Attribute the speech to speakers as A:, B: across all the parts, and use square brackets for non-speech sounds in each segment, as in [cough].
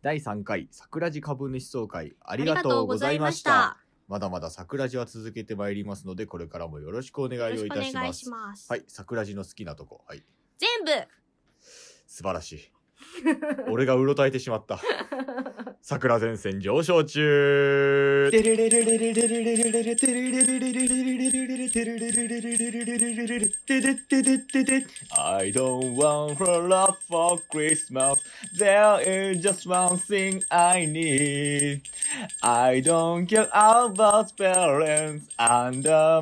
A: 第3回桜地株主総会あ
B: あ
A: りがとうございましたま。だまだ桜地は続けてまいりますのでこれからもよろしくお
B: よ
A: 願
B: ろ
A: いを
B: し
A: い
B: く
A: たし
B: お願
A: ま
B: い
A: す
B: します。
A: はい桜地の好きなとこはい
B: 全部
A: 素晴らし [laughs] い俺がうろたえてしま [laughs] った桜前線上昇中
C: テレレレレレレレレレレレテレレレレレレレレレレテレレレレレレレレレレレテレテレテレ
A: I don't want for love for Christmas There is just one thing I need I don't care about parents Under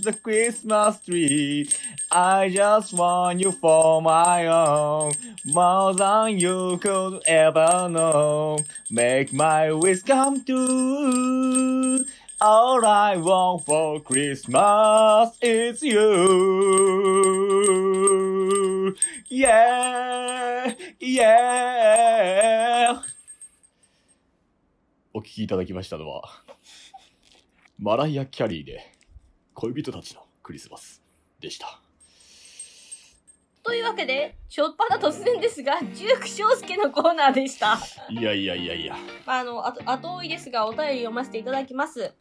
A: the Christmas tree I just want you for my own More than you could ever know Make my wish come true All I want for Christmas is you. Yeah, yeah. お聞きいただきましたのは、マライア・キャリーで恋人たちのクリスマスでした。
B: というわけで、しょっぱな突然ですが、ジューク翔介のコーナーでした。
A: いやいやいやいや。
B: あの、あと、後追いですが、お便り読ませていただきます。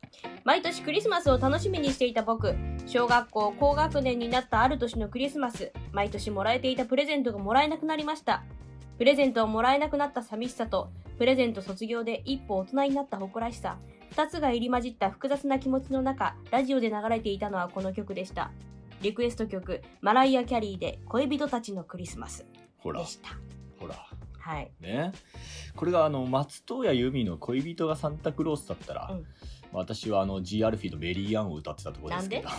B: 毎年クリスマスを楽しみにしていた僕、小学校高学年になったある年のクリスマス、毎年もらえていたプレゼントがもらえなくなりました。プレゼントをもらえなくなった寂しさと、プレゼント卒業で一歩大人になった誇らしさ、二つが入り混じった複雑な気持ちの中、ラジオで流れていたのはこの曲でした。リクエスト曲、マライア・キャリーで恋人たちのクリスマス
A: ほら
B: で、した。
A: ほら。
B: はい。
A: ね。これがあの、松任谷由実の恋人がサンタクロースだったら、
B: うん
A: 私はあの、G ・アルフィーのメリーアンを歌ってたところですけど。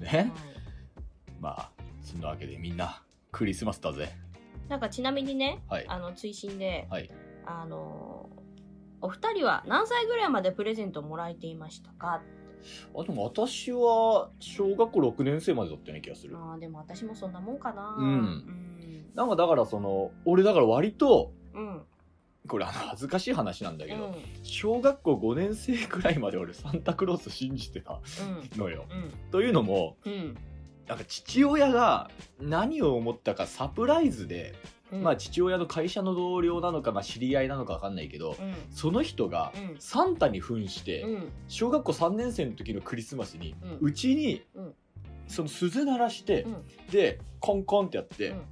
A: ね。まあ、そんなわけでみんな、クリスマスだぜ。
B: なんかちなみにね、
A: はい。
B: あの追伸で、
A: はい。
B: あのお二人は何歳ぐらいまでプレゼントをもらえていましたか
A: あ、でも私は、小学校6年生までだったような気がする。
B: あーでも私もそんなもんかな
A: うんなんかだからその、俺だから割と、
B: うんうん
A: これあの、恥ずかしい話なんだ
B: うん
A: け
B: うん
A: ど、小学校5年生くらいまで俺サンタクロース信じてたのよ。というのも、
B: うんうん
A: なんか父親が何を思ったかサプライズで、
B: うん
A: まあ父親の会社の同僚なのか、まあ知り合いなのかわかんないけど、
B: うん
A: その人が
B: うん
A: サンタに扮して、
B: うん
A: 小学校3年生の時のクリスマスに
B: うん
A: うち、に、
B: うん
A: その鈴鳴らして、
B: うん
A: でコンコンってやって、
B: うん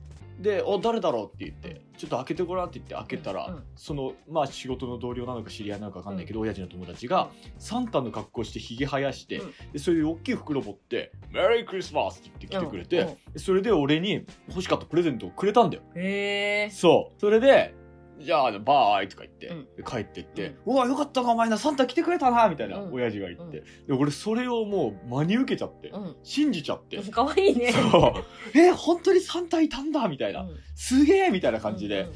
A: で「お誰だろう?」って言って「ちょっと開けてごらん」って言って開けたら、
B: うんうん
A: そのまあ仕事の同僚なのか知り合いなのか分かんないけど、親父の友達がサンタの格好してひげ生やして、
B: うん
A: でそういう大きい袋持って「メリークリスマス!」って言って来てくれて、それで俺に欲しかったプレゼントをくれたんだよ。
B: うんへえ
A: そう。それで、じゃあ、バーイとか言って、
B: うん
A: で帰ってって、うわ、よかったな、お前な、サンタ来てくれたな、みたいな、
B: うん
A: 親父が言って、
B: うん
A: で、俺、それをもう真に受けちゃって、
B: う
A: 信じちゃって、
B: [laughs] んかわいいね
A: そう、え、本当にサンタいたんだ、みたいな、
B: うん
A: すげえみたいな感じで、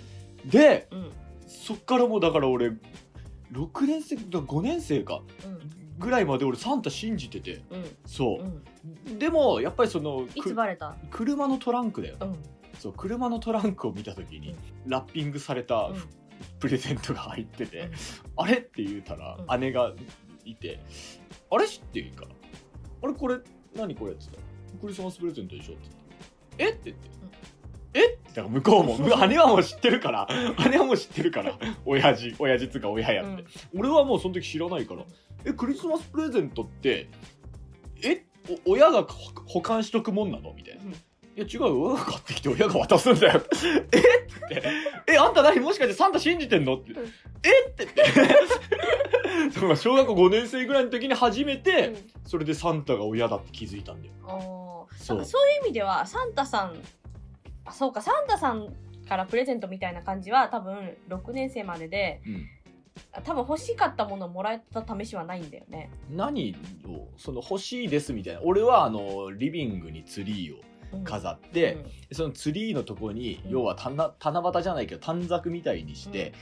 A: で、
B: うんうん
A: そっからもう、だから俺、6年生、5年生か、
B: うん
A: ぐらいまで俺、サンタ信じてて、
B: うん
A: そうう。
B: ん
A: でも、やっぱりその、
B: い
A: く
B: つバレた
A: 車のトランクだよね。
B: うん
A: そう車のトランクを見た時にラッピングされた
B: うん
A: プレゼントが入ってて、
B: うん
A: あれって言うたら
B: う
A: 姉がいて「あれ?」って言うから「あれこれ何これ?」って言ったら「クリスマスプレゼントでしょ」って言って「えっ?」て言って「えっ?」てだから向こう
B: [laughs]
A: も姉はもう知ってるから [laughs] 姉はもう知ってるから親父親父っつうか親やって、
B: うん
A: 俺はもうその時知らないから「えクリスマスプレゼントってえお親が保保管しとくもんなの?」みたいな。いや違うよ、親が買ってきて親が渡すんだよ。えって言って、え、あんた何もしかしてサンタ信じてんのって。
B: うん
A: えって言って。そう小学校5年生ぐらいの時に初め
B: う
A: て、
B: ん
A: それでサンタが親だって気づいたんだよ。
B: あー
A: そ
B: そううそういう意味ではサンタさんあそうかサンタさんからプレゼントみたいな感じは多分6年生までで
A: うん
B: あ多分欲しかったものをもらえた試しはないんだよね。
A: 何を、その欲しいですみたいな。俺はあの、リビングにツリーを
B: うん
A: 飾って、
B: うん
A: そのツリーのとこに、
B: うん
A: 要は七七夕じゃないけど短冊みたいにして、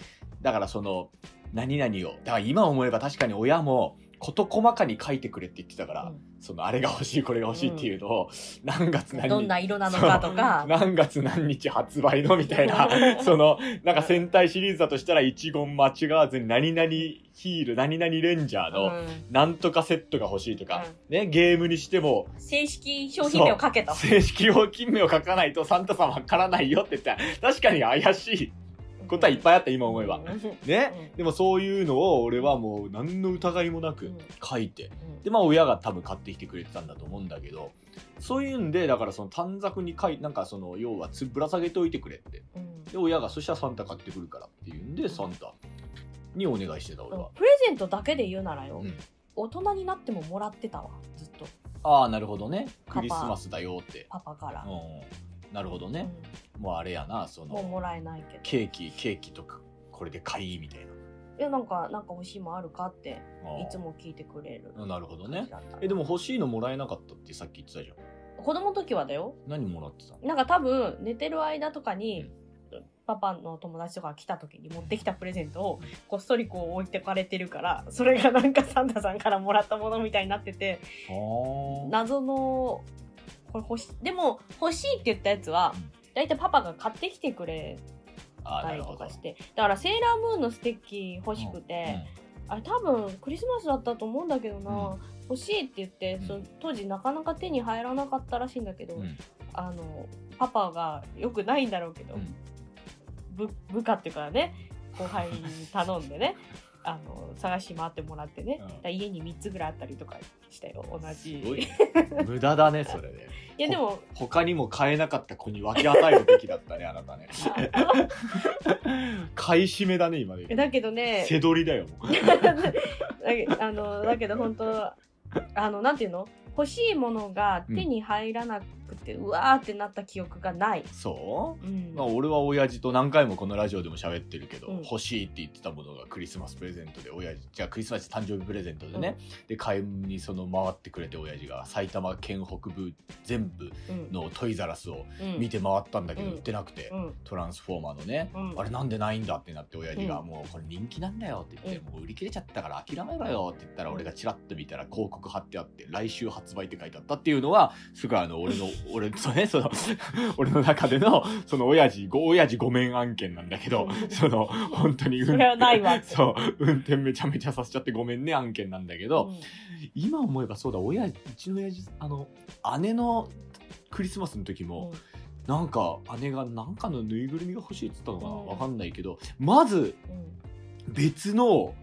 A: だからその何々をだから今思えば確かに親も事細かに書いてくれって言ってたから、
B: うん
A: そのあれが欲しいこれが欲しいっていうのを、何月何日
B: どんな色なのかとか。
A: 何月何日発売のみたいな [laughs] そのなんか戦隊シリーズだとしたら一言間違わずに何々ヒール何々レンジャーの
B: うん
A: なんとかセットが欲しいとか、ねゲームにしても
B: 正式商品名をかけ
A: [laughs]
B: た。
A: 正式用金名を書かないとサンタさんわからないよって言ったら確かに怪しいことはいっぱいあった、今思えば。ね
B: うん
A: でもそういうのを俺はもう何の疑いもな
B: う
A: く
B: ん
A: 書いて。で、まあ親が多分買ってきてくれてたんだと思うんだけど、そういうんで、だからその短冊に書い、なんかその、要はつぶら下げておいてくれって。
B: うん
A: で、親がそしたらサンタ買ってくるからっていうんで、サンタにお願いしてた俺は。
B: プレゼントだけで言うならよ、
A: うん
B: 大人になってももらってたわずっと
A: ああ、なるほどね。
B: パパ
A: クリスマスだよって。
B: パパから
A: う、ん。なるほどね。もうあれやな、そ
B: うんもう
A: の、
B: もらえないけど
A: ケーキ、ケーキとか、これで買いみたいな。
B: いやなんかなんか欲しいもんあるかって
A: ああ
B: いつも聞いてくれる
A: なるほどね
B: 感じだった
A: え、でも欲しいのもらえなかったってさっき言ってたじゃん。
B: 子供の時はだよ
A: 何もらってたの
B: なんか多分寝てる間とかに、パパの友達とかが来た時に持ってきたプレゼントをこっそりこう置いてかれてるからそれがなんかサンタさんからもらったものみたいになってて
A: あ
B: 謎のこれ欲しでも欲しいって言ったやつは
A: うん
B: 大体パパが買ってきてくれ
A: ーあー、
B: た
A: な
B: り
A: る
B: と
A: ほど
B: か。してだからセーラームーンのステッキ欲しく
A: うん
B: て、あれ多分クリスマスだったと思うんだけどな、
A: う
B: 欲しいって言って
A: うん
B: その当時なかなか手に入らなかったらしいんだけど、
A: うん
B: あのパパがよくないんだろうけど、
A: うん
B: 部部下っていうかね後輩に頼んでね [laughs] あの探し回ってもらってね、
A: うん
B: だから家に3つぐらいあったりとかしたよ同じ
A: すごい
B: い
A: ね。 [laughs] 無駄だね、それね。
B: やで
A: [laughs]
B: も
A: 他にも買えなかった子に分け与えるべきだったね、あなた
B: [laughs]
A: ね。買い占めだね、今
B: え
A: ね。
B: だけどね
A: せどりだよ、もう。
B: だあのだけど本当あのなんていうの欲しいものが手に入らなくて、うわーってなった記憶がない、
A: そう
B: うん
A: まあ、俺は親父と何回もこのラジオでも喋ってるけど、
B: うん
A: 欲しいって言ってたものがクリスマスプレゼントで親父じゃあクリスマス誕生日プレゼントでね、で買い物にその回ってくれて親父が埼玉県北部全部
B: うん
A: のトイザラスを
B: うん
A: 見て回ったんだけど
B: うん
A: 売ってなくて、
B: うん
A: トランスフォーマーのね、
B: うん
A: あれなんでないんだってなって親父が、
B: うん
A: もうこれ人気なんだよって言って、もう売り切れちゃったから諦めろよって言ったら
B: うん
A: 俺がチラッと見たら広告貼ってあって来週発売って書いてあったっていうのはすごいあの
B: [laughs]
A: 俺の俺そうねその俺の中でのその親父ご親父ごめん案件なんだけど
B: うん
A: その本当に運
B: それはないわって
A: [laughs] そう運転めちゃめちゃさせちゃってごめんね案件なんだけど、
B: うん
A: 今思えばそうだ親うちの親父あの姉のクリスマスの時も、
B: うん
A: なんか姉がなんかのぬいぐるみが欲しいって言ったの
B: うん
A: かなわかんないけどまず別の
B: うんうん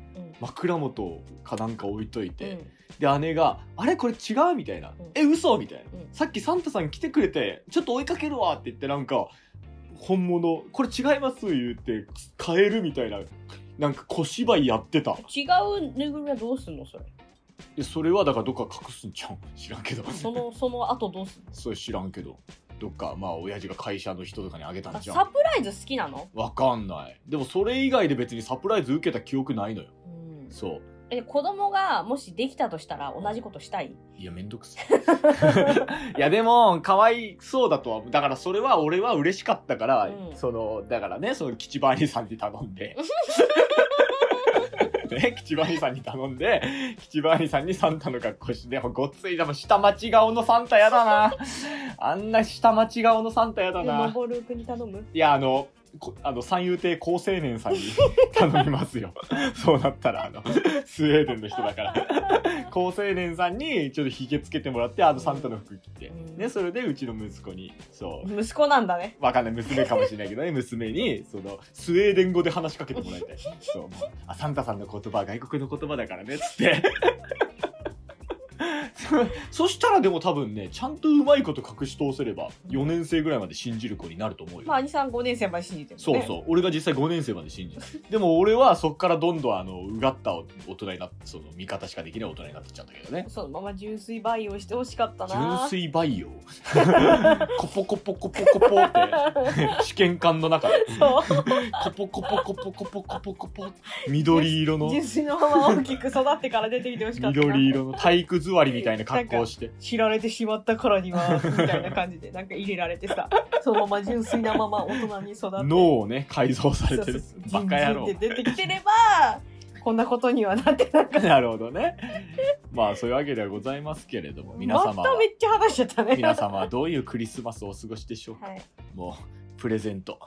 A: 枕元かなんか置いといて、
B: うん
A: で姉が「あれこれ違う?」みたいな「
B: うん
A: え嘘みたいな、
B: うん
A: さっきサンタさん来てくれてちょっと追いかけるわ」って言ってなんか本物これ違います言って買えるみたいななんか小芝居やってた
B: 違うぬいぐるみはどうすんのそれ
A: でそれはだからどっか隠すんちゃうん知らんけど
B: そのその後どうすんの
A: それ知らんけどどっかまあ親父が会社の人とかにあげたん
B: あ
A: じ
B: サ
A: ゃん
B: プライズ好きなの、
A: わかんないでもそれ以外で別にサプライズ受けた記憶ないのよ
B: うん、
A: そう
B: え子供がもしできたとしたら同じことしたい、
A: いやめんどくさいい
B: [laughs]
A: やでもかわいそうだとはだからそれは俺は嬉しかったから、
B: うん
A: そのだからねその吉場兄さんに頼ん
B: [laughs]
A: でね、吉場兄さんに頼んで吉場兄さんにサンタの格好してでもごっついでも下町顔のサンタやだなあんな下町顔のサンタやだな
B: ボル君に頼む
A: いや、あの、こあの三遊亭好青年さんに頼みます
B: [laughs]
A: よ。そうなったら、あの、スウェーデンの人だから。好青年さんにちょっとひげつけてもらって、あのサンタの服着て。
B: うん
A: ね、それでうちの息子に、そう。
B: 息子なんだね
A: わかんない娘かもしれないけどね娘にそのスウェーデン語で話しかけてもらいたいそうもうあサンタさんの言葉は外国の言葉だからねっつって [laughs] そそしたらでも多分ねちゃんとうまいこと隠し通せれば4年生ぐらいまで信じる子になると思うよ、
B: まあ兄さん5年生まで信じてる
A: そうそう、俺が実際5年生まで信じてでも俺はそっからどんどんあのうがった大人になってその味方しかできない大人になってっちゃったけどね
B: そのまま純粋培養してほしかったな
A: 純粋培養 [laughs] コポコポコポコポって
B: [laughs]
A: 試験管の中で [laughs]
B: そ
A: コポコポコポコポコポコポ緑色
B: [laughs] う
A: の
B: 純粋のまま大きく育ってから出てきてほしかったな
A: 緑色の体育座りみたいな格好を
B: [laughs]
A: して
B: 知られてしまったからにはみたいな感じでなんか入れられてさそのまま純粋なまま大人に育って
A: 脳をね改造されてる
B: そうそう
A: バカ野郎
B: 人生って出てきてればこんなことにはなってなかった
A: なるほどねまあそういうわけではございますけれども皆様
B: ま
A: は
B: ためっちゃ話しちゃったね
A: 皆様はどういうクリスマスをお過ごしでしょうか
B: はい、
A: もうプレゼント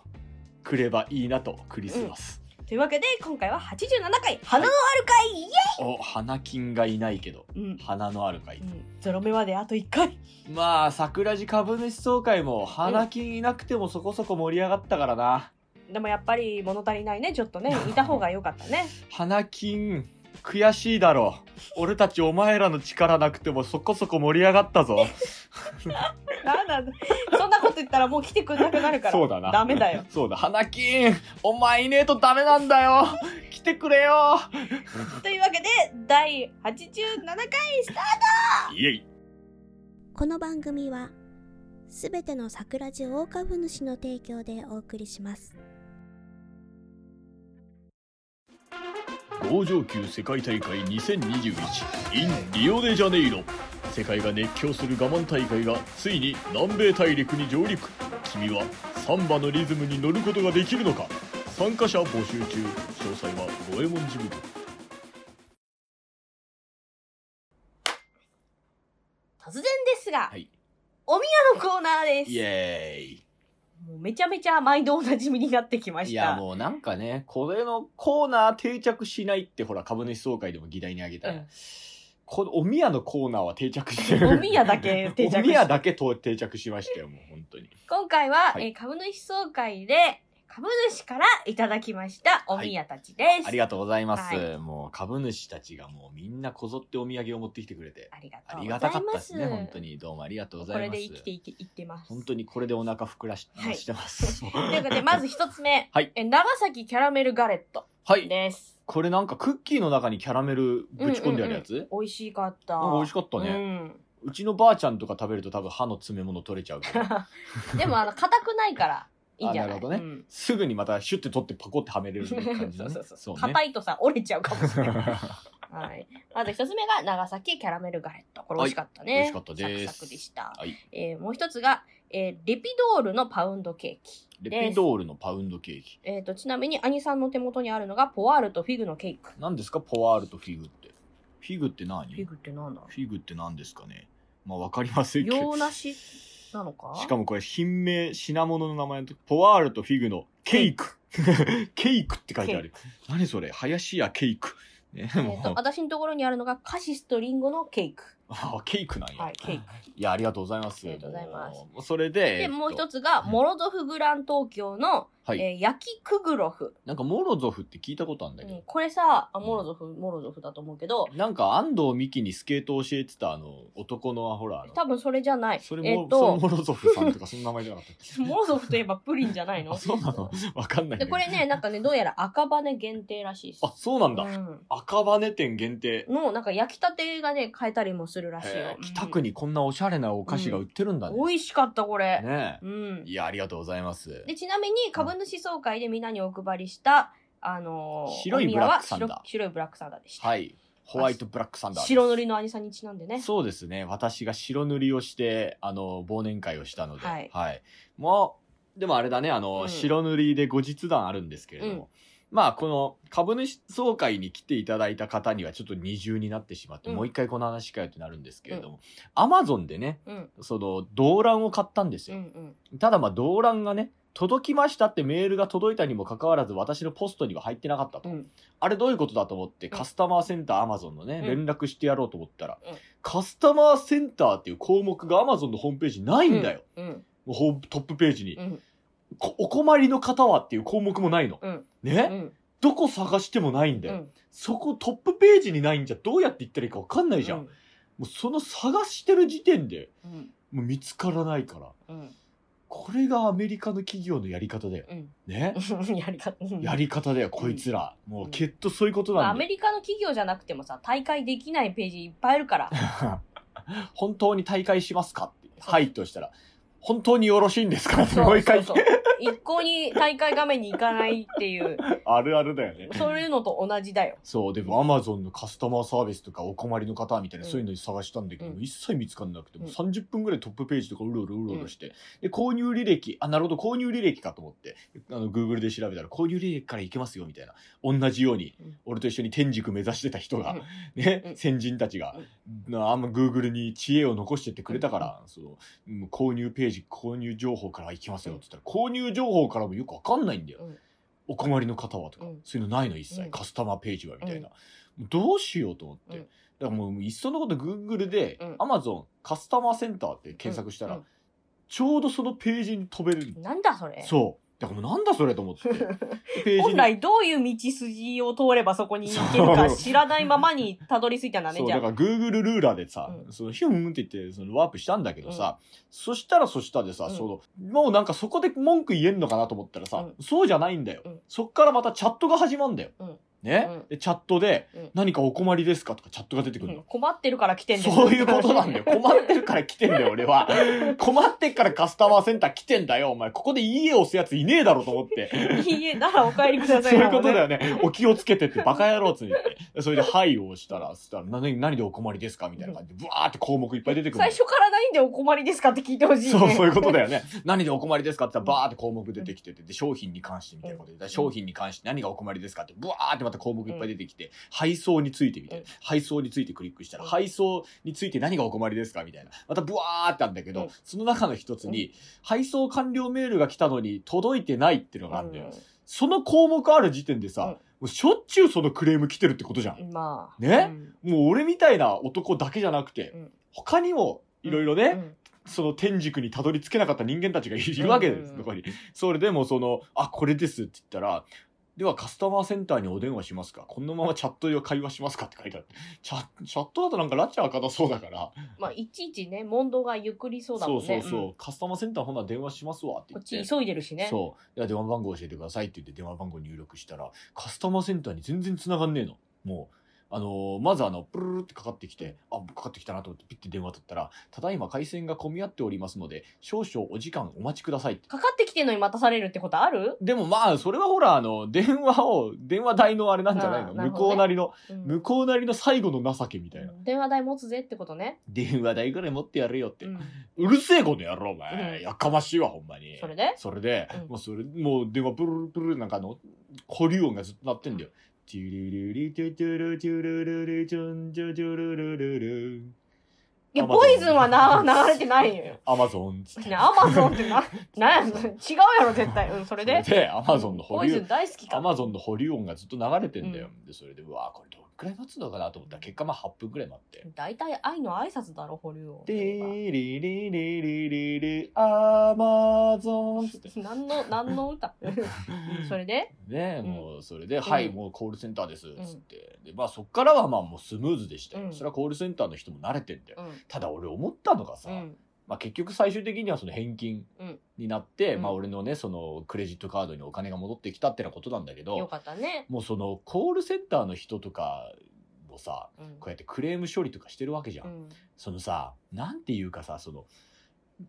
A: くればいいなとクリスマス、
B: というわけで今回は87回花のある回、イエ
A: お花金がいないけど
B: イうん
A: 花のある会、
B: うんゾロ目まであと1回
A: まあ桜地株主総会も花金いなくてもそこそこ盛り上がったからな、
B: でもやっぱり物足りないねちょっ
A: [laughs]
B: とねいた方が良かったね
A: 花金悔しいだろう俺たちお前らの力なくてもそこそこ盛り上がったぞ
B: なんなんだそんなこと言ったらもう来てくれなくなるから
A: そうだな
B: ダメだよ
A: そうだ花金お前いねえとダメなんだよ来てくれよ
B: というわけで第87回
A: イエイ
D: この番組はすべての桜地大株主の提供でお送りします
A: 工上級世界大会2021 in リオデジャネイロ世界が熱狂する我慢大会がついに南米大陸に上陸君はサンバのリズムに乗ることができるのか参加者募集中詳細は五右衛門事務局
B: 突然ですが、
A: はい
B: お宮のコーナーです
A: エーイ
B: もうめちゃめちゃ毎度おなじみになってきました
A: いやもうなんかねこれのコーナー定着しないってほら株主総会でも議題に挙げた、
B: うん
A: このお宮のコーナーは定着してる
B: お宮だけ定着して
A: お宮だけと定着しましたよもう本当に
B: 今回は、
A: はい
B: えー株主総会で株主からいただきましたお宮たちです、 [laughs]
A: ありがとうございます、
B: は
A: もう株主たちがもうみんなこぞってお土産を持ってきてくれて
B: ありがと
A: あ
B: う
A: り
B: ご
A: が
B: ざ
A: たかっ
B: い
A: た
B: ま
A: ですすね本当にどうもありがとうござ
B: こ
A: い
B: れ
A: ます
B: で生きていけいってます
A: 本当にこれでお腹膨らし,、
B: はい
A: してます
B: ということでまず一つ目、
A: はい
B: えー長崎キャラメルガレット
A: はい
B: です
A: これなんかクッキーの中にキャラメルぶち込んであるやつ、
B: 美味しかった
A: なんか美味しかったね、
B: うん
A: うちのばあちゃんとか食べると多分歯の詰め物取れちゃうから
B: [laughs] でもあの硬くないからいいんじゃない
A: あなるほどね
B: うん
A: すぐにまたシュッて取ってパコってはめれる感じだね
B: [laughs] そうそうそう
A: ね
B: 硬いとさ折れちゃうかもしれない、
A: は
B: はい、まず一つ目が長崎キャラメルガレットこれ美味しかったね、
A: はい美味しかったです
B: サクサクでした、
A: い、
B: えーもう一つが、えーレピドールのパウンドケーキ
A: レピドールのパウンドケーキ
B: えー、とちなみに兄さんの手元にあるのがポワールとフィグのケーキ
A: 何ですかポワールとフィグってフィグって何
B: フィグってなんだろ
A: フィグって何ですかねまあわかりません
B: う
A: けど
B: 洋梨なのか
A: しかもこれ品名品物の名前のとポワールとフィグのケークケークって書いてある何それ林家ケークね
B: え
A: も
B: ー、
A: う
B: と私のところにあるのがカシスとリンゴのケーキ
A: あケークなんや、
B: はいケーキ
A: いやありがとうございます
B: ありがとうございます
A: もうそれでえ
B: で
A: っと
B: もう一つがモロゾフグラン東京の、
A: はい、
B: えー焼きクグロフ、
A: なんかモロゾフって聞いたことあるんだ
B: う
A: けど、
B: ん、これさあモロゾフモロゾフだと思うけど
A: なんか安藤美希にスケートを教えてたあの男のほらあの
B: 多分それじゃない
A: それ
B: え
A: も、
B: っ
A: そ
B: と
A: れモロゾフさんとかその名前じゃなかったっけ
B: [laughs] モロゾフといえばプリンじゃないの
A: あそうなのわかんないんだけ
B: で
A: ど
B: これねなんかねどうやら赤羽限定らしいです
A: あそうなんだ、
B: うん
A: 赤羽店限定
B: のなんか焼きたてがね買えたりもするらしいよ
A: へえ北区にこんなおしゃれなお菓子が売ってるんだ
B: うん
A: ね、
B: 美味しかったこれ、
A: ね
B: う
A: え
B: ん
A: いやありがとうございます
B: でちなみに株主総会でみんなにお配りしたあのー
A: 白いブラックサンダー
B: お宮は白白いブラックサンダーでした、
A: はいホワイトブラックサンダーです
B: 白塗りの兄さんにちなんでね
A: そうですね私が白塗りをしてあの忘年会をしたので
B: は
A: はいい、もうでもあれだねあの、
B: うん
A: 白塗りで後日談あるんですけれども、まあこの株主総会に来ていただいた方にはちょっと二重になってしまって、
B: うん
A: もう一回この話かよってなるんですけれども、アマゾンでね
B: うん
A: その動乱を買ったんです
B: うんう
A: よ、
B: ん
A: ただまあ動乱がね届きましたってメールが届いたにもかかわらず私のポストには入ってなかったと、
B: うん
A: あれどういうことだと思って
B: うん
A: カスタマーセンターアマゾンのね、
B: う
A: 連
B: ん
A: 絡してやろうと思ったら、
B: うん
A: カスタマーセンターっていう項目がアマゾンのホームページにないんだよ、
B: うん
A: もうホームトップページに、
B: うん
A: こお困りの方はっていう項目もないの、
B: うん
A: ね、
B: うん
A: どこ探してもないんだ
B: う
A: よ、
B: ん
A: そこトップページにないんじゃどうやって行ったらいいか分かんないじゃん、
B: うん
A: もうその探してる時点で
B: うん
A: もう見つからないから
B: うん
A: これがアメリカの企業のやり方だよ
B: うん [laughs]
A: ね、
B: やり方うん
A: やり方だよこいつら、もうきっとそういうこと
B: まあ
A: な
B: ア
A: んだ
B: メ
A: よ、
B: リカの企業じゃなくてもさ大会できないページいっぱいあるから
A: 本当に大会しますかってはいとしたら本当によろしいん [laughs] ですかってもう一回
B: そうそうそう一向に大会画面に行かないっ
A: [laughs]
B: ていう
A: あるあるだよね
B: そういうのと同じだよ
A: そうでもアマゾンのカスタマーサービスとかお困りの方みたいな、
B: うん
A: そういうのに探したんだけど、
B: うん
A: 一切見つかんなくて、もう
B: うん
A: 30分ぐらいトップページとかうろうろうろうろして、で購入履歴あなるほど購入履歴かと思ってあの Google で調べたら購入履歴からいけますよみたいな同じように、
B: うん
A: 俺と一緒に天竺目指してた人が、
B: うん
A: ね、
B: うん
A: 先人たちが、なあんま Google に知恵を残してってくれたから、そううん購入ページ購入情報からいきますよって言ったら、購入情報からもよくわかんないんだよ、
B: うん
A: お困りの方はとか、
B: うん
A: そういうのないの一切、
B: うん
A: カスタマーページはみたいな、もうどうしようと思って、
B: うん
A: だからもういっそのこと Google で、
B: うん
A: Amazon カスタマーセンターって検索したら、
B: うん
A: ちょうどそのページに飛べるの、
B: なんだそれ
A: そうだからもうなんだそれと
B: [laughs]
A: 思って。ページ
B: 本
A: に
B: 来どういう道筋を通ればそこに行けるか知らないままにたどり着いたんだね
A: そう
B: じゃ
A: だ
B: あ
A: から Google ルーラーでさ、
B: う
A: そのヒュンって言ってそのワープしたんだけどさ、そしたらそしたでさ、
B: うん
A: そのもうなんかそこで文句言えんのかなと思ったらさ、そうじゃないんだよ、
B: うん
A: そっからまたチャットが始まんだよ、
B: うん
A: ね、
B: うん
A: でチャットで、
B: うん
A: 何かお困りですかとかチャットが出てく
B: う
A: るの、
B: ん困ってるから来てんだよ
A: そういうことなんだよ。困ってるから来てんだよ、俺は。困ってっからカスタマーセンター来てんだよ、お前。ここでいいえ押すやついねえだろと思って。
B: [laughs] いいえならお帰りく
A: [laughs]
B: だ
A: そ
B: さ
A: う
B: い
A: いう
B: な
A: こ
B: の
A: と
B: ね
A: だよね。お気をつけてって、バカ野郎っつって。それで、はいを押したら、そしたら、何何でお困りですかみたいな感じで、ブワーって項目いっぱい出てくるの
B: 最初からないんでお困りですかって聞いてほしいね
A: そう、そういうことだよね。 [laughs] 何でお困りですかって言ったら、バーって項目出てきてて、で、商品に関してみたいなことで、商品に関して何がお困りですかって、ブワーってまた項目いっぱい出てきて、配送についてみたいな
B: うん。
A: 配送についてクリックしたら、
B: うん
A: 配送について何がお困りですかみたいな。またブワーってあるんだけ
B: う
A: ど
B: ん、
A: その中の一つに、配送完了メールが来たのに届いてないっていうのがあるんだよ。その項目ある時点でさ、
B: うん
A: もうしょっちゅうそのクレーム来てるってことじゃん。
B: うんまあ
A: ねもう俺みたいな男だけじゃなくて、
B: うん
A: 他にも、いろいろね、
B: うんうん
A: その天竺にたどり着けなかった人間たちがいるわけで
B: う
A: す、
B: ん
A: そこに。それでもその、あ、これですって言ったら、ではカスタマーセンターにお電話しますかこのままチャットで会話しますかって書いてある。チャチャットだとなんかラッチャー硬そうだから、
B: まあいちいちね問答がゆっくりそうだ
A: そ
B: も
A: うん
B: ね
A: そうそう、
B: んこ
A: カスタマーセンターほんなら電話しますわって言
B: っ
A: って。
B: ち急いでるしね
A: そう。いや、電話番号教えてくださいって言って電話番号入力したら、カスタマーセンターに全然繋がんねえの。もう。あのーまずあの、プルルルってかかってきて、あ、かかってきたなと思ってピッて電話取ったら、ただいま回線が混み合っておりますので、少々お時間お待ちくださいって。
B: かかってきてんのに待たされるってことある
A: でもまあ、それはほら、あの、電話を、電話代のあれなんじゃないの、
B: あーなる
A: 向
B: ほどね
A: こうなりの、
B: うん
A: 向こうなりの最後の情けみたいな。
B: うん電話代持つぜってことね
A: 電話代ぐらい持ってやるよって。
B: うん
A: うるせえこの野郎、お前。
B: うん
A: やかましいわ、ほんまに。
B: それで
A: それで、
B: うん
A: もうそれ、もう電話プルルプルなんかあの、保留音がずっと鳴ってんだよ。トゥルルリトゥトゥルトゥルルルチュンチュチュルルルルン。
B: いや
A: Amazon
B: ポイズンはな流れてないよ
A: アマゾンつって。
B: ね、アマゾンっ
A: [laughs]
B: てな、なんや、違うやろ、絶対。うん、それで。
A: で、アマゾンの保
B: ポイズ
A: 留
B: ン、大好きか
A: ア
B: ら。
A: マゾンの保留音がずっと流れてんだよ。で、それで、うわーこれどれくらい待つのかなと思ったら、結果まあ8分くらい待って。
B: 大体愛の挨拶だろ、保留を。
A: でリリリリリリリ、アマゾンつって。
B: 何の、何の
A: [laughs]
B: 歌それで
A: ね、
B: うん
A: もうそれで「
B: ん
A: はいもうコールセンターです」っつって、でまあそっからはまあもうスムーズでしたよ、
B: うん
A: それはコールセンターの人も慣れてんだよ
B: う
A: ただ俺思ったのがさ、
B: ん。うん。
A: まあ、結局最終的にはその返金
B: うん
A: になって、
B: うん
A: まあ俺のねそのクレジットカードにお金が戻ってきたってなことなんだけ
B: よ
A: ど
B: かったね。
A: もうそのコールセンターの人とかもさ
B: うん
A: こうやってクレーム処理とかしてるわけじゃ、
B: うんん。
A: そのさなんていうかさその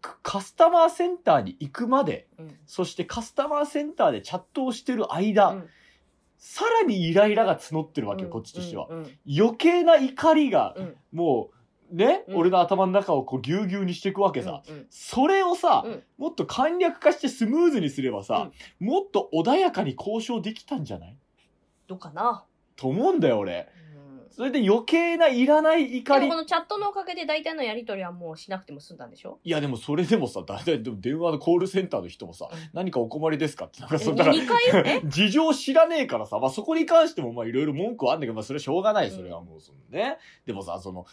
A: カカスタマーセンターに行くまで
B: うん。
A: そしてカスタマーセンターでチャットをしてる間、
B: うん
A: さらにイライラが募ってるわけよ、こっちとしては。
B: うんうん
A: 余計な怒りが
B: う、ん。
A: もう、ね、
B: うん
A: 俺の頭の中をこうぎゅうぎゅうにしていくわけさ。
B: うんうん
A: それをさ、
B: うん
A: もっと簡略化してスムーズにすればさ、もっと穏やかに交渉できたんじゃない
B: どうかな。
A: と思うんだよ、俺。
B: うん
A: それで余計ないらない怒
B: で
A: り
B: もこ。のチャットのおかげで大体のやりとりはもうしなくても済んだんでしょ
A: いや、でもそれでもさ、だいたいでも電話のコールセンターの人もさ
B: うん、
A: 何かお困りですかって、なんか [laughs]
B: え
A: そ
B: 二
A: れだ [laughs] から、
B: 回え
A: 事情知らねえからさ、まあ、そこに関してもまあいろいろ文句はあんだけど、まあ、それはしょうがない、それはもうそのね。でもさ、その、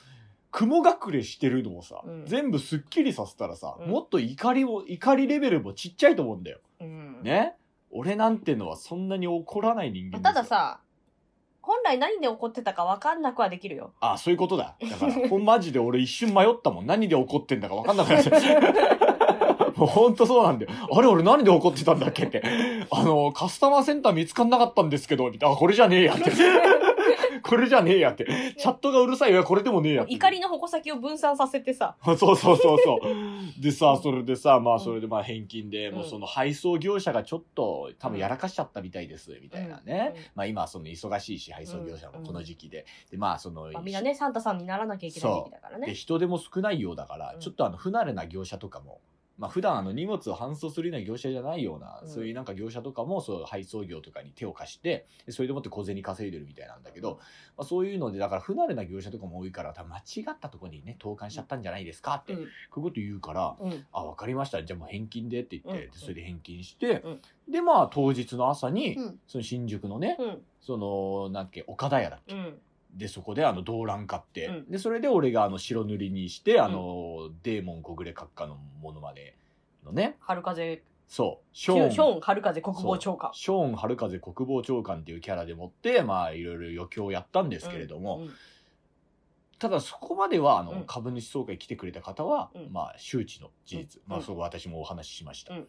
A: 雲隠れしてるのをさ、
B: うん
A: 全部すっきりさせたらさ、
B: うん
A: もっと怒りを、怒りレベルもちっちゃいと思うんだよ。
B: うん
A: ね俺なんてのはそんなに怒らない人間
B: まあ
A: です
B: ただ
A: よ。
B: さ、本来何で怒ってたか分かんなくはでき
A: [laughs]
B: るよ。
A: あそういうことだ。だから、ほんマジで俺一瞬迷ったもん。何で怒ってんだか分かんなくなっちゃ
B: [laughs]
A: った。もうほんとそうなんだよ。あれ俺何で怒ってたんだっけって。あの、カスタマーセンター見つかんなかったんですけど、みたいなあ、これじゃねえやって。
B: [laughs]
A: これじゃねえやって。チャットがうるさい。いや、これでもねえやって。
B: 怒りの矛先を分散させてさ、
A: そうそうそうそう。でさ、それでさ、まあそれでまあ返金で、
B: うん
A: もうその配送業者がちょっと多分やらかしちゃったみたいです、みたいなね。
B: うん
A: まあ今その忙しいし、配送業者もこの時期で。で、まあその、
B: まあ、みんなねサンタさんにならなきゃいけない時期だから
A: で
B: ね
A: 人手も少ないようだから、
B: うん
A: ちょっとあの不慣れな業者とかも、まあ普段あの荷物を搬送するような業者じゃないような、
B: うん
A: そういうなんか業者とかもそう配送業とかに手を貸してでそれでもって小銭稼いでるみたいなんだけど、まあ、そういうのでだから不慣れな業者とかも多いから多分間違ったところにね投函しちゃったんじゃないですかって、
B: うん
A: こういうこと言うから。
B: うん
A: あ、わかりました。じゃあもう返金でって言って、
B: うん
A: でそれで返金して、
B: うん
A: で、まあ当日の朝に、
B: うん
A: その新宿のね、
B: うん
A: その、なんだっけ、岡田屋だっけ
B: うん
A: でそこであの動乱買って、
B: うん
A: でそれで俺があの白塗りにしてあの、デーモン小暮閣下のものまでのね
B: 春風
A: そう、シ
B: シ
A: ョ
B: ョ
A: ー
B: ー
A: ン。
B: ンショーン春風国防長官
A: ショーン春風国防長官っていうキャラでもって、まあ、いろいろ余興をやったんですけれども、
B: うんうん
A: ただそこまでは、あの、
B: うん
A: 株主総会来てくれた方は、
B: うん
A: まあ、周知の事実。
B: うん
A: まあ、
B: うん
A: そこ私もお話ししました。
B: うん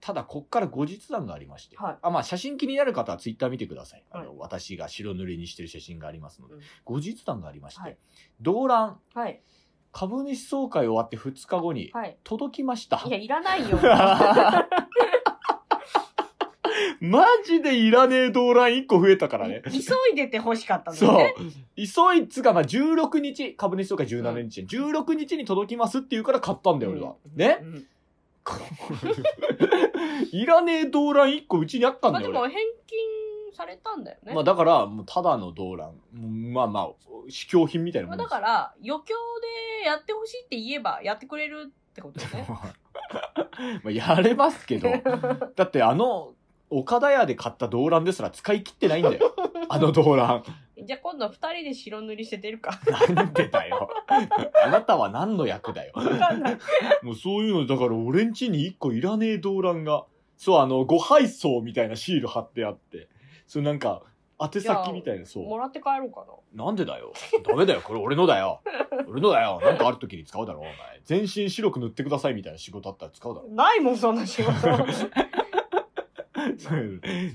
A: ただ、こっから後日談がありまして、
B: はい
A: あ、まあ、写真気になる方はツイッター見てください。あの、
B: はい
A: 私が白塗りにしてる写真がありますので、
B: うん
A: 後日談がありまして、
B: はい
A: 動乱、
B: はい
A: 株主総会終わって2日後に、
B: はい
A: 届きました。
B: いやいらない
A: [laughs]
B: よ
A: マジでいらねえ動乱1個増えたからね。
B: [laughs] 急いでて欲しかったんだ
A: そ
B: よ
A: う
B: ね。
A: 急いっつうか、まあ、16日、株主総会17日、16日に届きますって言うから買ったんだよ、俺は。
B: うん
A: ね
B: うん
A: [laughs] いらねえ動乱1個うちにあったん
B: まあ
A: だ
B: で
A: よ、
B: も
A: 俺。
B: 返金されたんだよね
A: まあ、だから、もうただの動乱。まあまあ、試供品みたいな
B: ま
A: も
B: あ
A: んで
B: だ
A: す
B: から余興でやってほしいって言えばやってくれるってことだ
A: [laughs]
B: よね
A: まあ、やれます
B: [laughs]
A: けど。だって、あの、岡田屋で買った動乱ですら使い切ってないんだ
B: [laughs]
A: よ。あの動乱。
B: じゃあ今度二人で白塗りして出
A: [laughs]
B: るか
A: なんでだよ。あなたは何の役だよ。
B: わかんない
A: もうそういうの、だから俺ん家に一個いらねえ動乱が。そう、あの、ご配送みたいなシール貼ってあって。そう、なんか、宛先みたいな、
B: も
A: そ
B: らって帰ろうか
A: う。なんでだよ。ダメだよ。これ俺のだよ。俺のだよ。なんかある時に使うだろ、お前。全身白く塗ってくださいみたいな仕事あったら使うだろ。
B: なないもんそんな仕事そん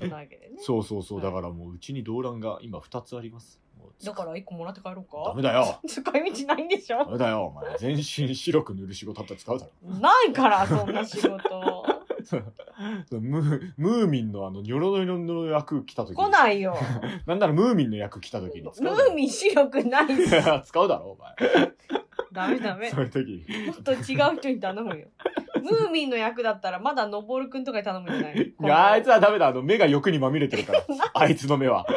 B: なわけでね
A: そうそうそう。だからもううちに動乱が今2つあります。もう
B: だから一個もらって帰ろうか
A: ダメだよ。
B: 使い道ないんでし
A: ダ
B: ょ
A: メだよ、お前。全身白く塗る仕事あったら使うだろ。
B: ないからそんな仕
A: [laughs]
B: 事
A: そのムームーミンのあの、ニョロニョロの役来た時に。
B: 来ないよ
A: なんならムーミンの役来た時に使う
B: ム
A: だろ。
B: ーミン白くないし
A: 使うだろ、お前。
B: ダメダメ
A: そういう時
B: もっと違う人に頼むよムーミンの役だったらまだのぼるくんとかに頼むんじゃない
A: に。い [laughs] や、あいつはダメだ。あの、目が欲にまみれてるから。 [laughs] あいつの目は。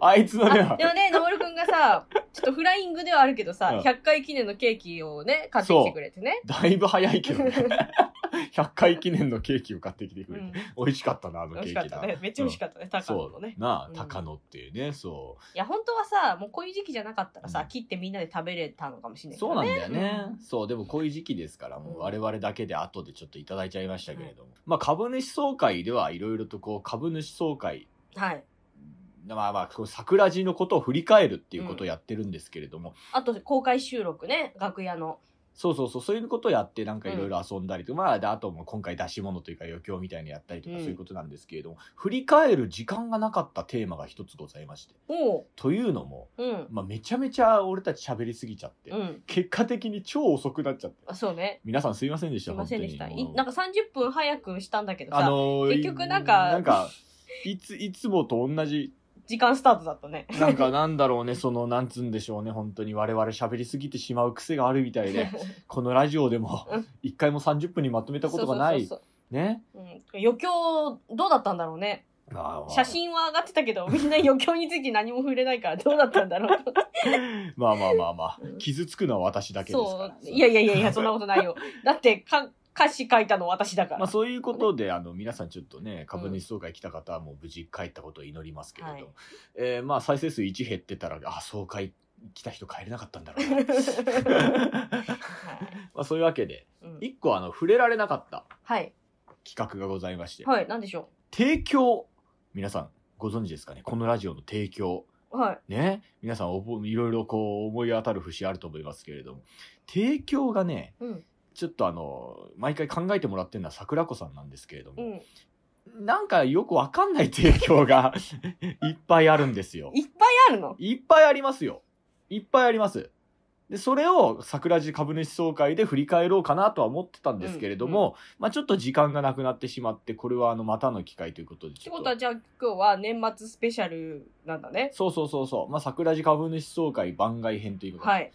A: あいつの目
B: あ
A: は
B: で。もね、のぼるくんがさ、ちょっとフライングではあるけどさ、
A: うん
B: 100回記念のケーキをね、買ってきてくれてね。
A: だいぶ早いけ
B: [laughs]
A: どね。100回記念のケーキを買ってきてく
B: う
A: れて [laughs]
B: ん。
A: 美味しかったな、あの
B: 美
A: ケーキ
B: 味
A: な
B: しかったね。めっちゃ美味しかったね、高野
A: そ
B: のね。
A: う。なあ
B: う、ん
A: 高野っていうね、そ
B: いや、本当はさ、もうこういう時期じゃなかったらさ、
A: うん
B: 切ってみんなで食べれたのかもし
A: う。
B: れないけ
A: そう
B: ど
A: なん
B: ね。
A: だよね
B: うん。
A: そう、でもこういう時期ですから、も
B: うん
A: う我々だけで後でちょっといただいちゃいましたけれども。まあ、株主総会ではいろいろとこう、株主総会
B: はい。
A: まあまあ、こう桜地のことを振り返るっていうことをやってるんですけれども、
B: あと、公開収録ね、楽屋の。
A: そうそうそう、そういうことをやって、なんかいろいろ遊んだりとか、まあ、であともう今回出し物というか余興みたいにやったりとか、
B: うん
A: そういうことなんですけれども、振り返る時間がなかったテーマが一つございまして。
B: おう。
A: というのも、
B: うん。
A: まあ、めちゃめちゃ俺たち喋りすぎちゃって、
B: うん。
A: 結果的に超遅くなっちゃって。
B: あそうね。
A: 皆さんすいませんでし
B: す
A: た、
B: いませんでした。
A: 本当
B: い
A: にもう
B: なんか30分早くしたんだけど
A: あ
B: さ、
A: のー
B: 結局なんか
A: なんか、いつ、いつもと同じ
B: 時間スタートだったね。
A: なんかなんだろうね、その、なんつうんでしょうね、本当に我々喋りすぎてしまう癖があるみたい
B: [laughs]
A: で、このラジオでも
B: うん、
A: 一回も30分にまとめたことがない、
B: [laughs] そうそう
A: ね。
B: そうそううん余興、どうだったんだろうね。
A: まあ
B: 写真は上がってた
A: [laughs]
B: けど、みんな余興について何も触れないからどうだったんだろう。
A: まあまあまあまあ
B: う、ん
A: 傷つくのは私 [laughs] だけですか
B: そ
A: ら。
B: う。いやいやいやいや、そんなこ
A: [laughs]
B: とないよ。だって、か、歌詞書いたの私だから。
A: まあそういうことで、あの、皆さんちょっとね、株主総会来た方はもう無事帰ったことを祈りますけれど、
B: はい
A: えーまあ再生数1減ってたら、あ、総会来た人帰れなかったんだろ
B: [laughs]
A: うな。
B: はい
A: まあそういうわけで、
B: [laughs] うん
A: 一個あの、触れられなかった
B: はい。
A: 企画がございまして、
B: はい。なんでしょ
A: 提供皆さんご存知ですかねこのラジオの提供
B: う。はい。
A: ね皆さんおぼいろいろこう思い当たる節あると思いますけれども提供がね
B: うん。
A: ちょっとあの毎回考えてもらってるのは桜子さんなんですけれど
B: う
A: も、
B: ん。
A: なんかよくわかんない提供が [laughs] いっぱいあるんですよ
B: いっぱいあるの
A: いっぱいありますよいっぱいありますでそれを桜地株主総会で振り返ろうかなとは思ってたんですけれども、まあちょっと時間がなくなってしまってこれはあのまたの機会ということで
B: っ
A: ち
B: て
A: ょっ
B: こととは、じゃあ今日は年末スペシャルなんだね。
A: そうそうそうそう。まあ、桜地株主総会番外編ということで、
B: はい。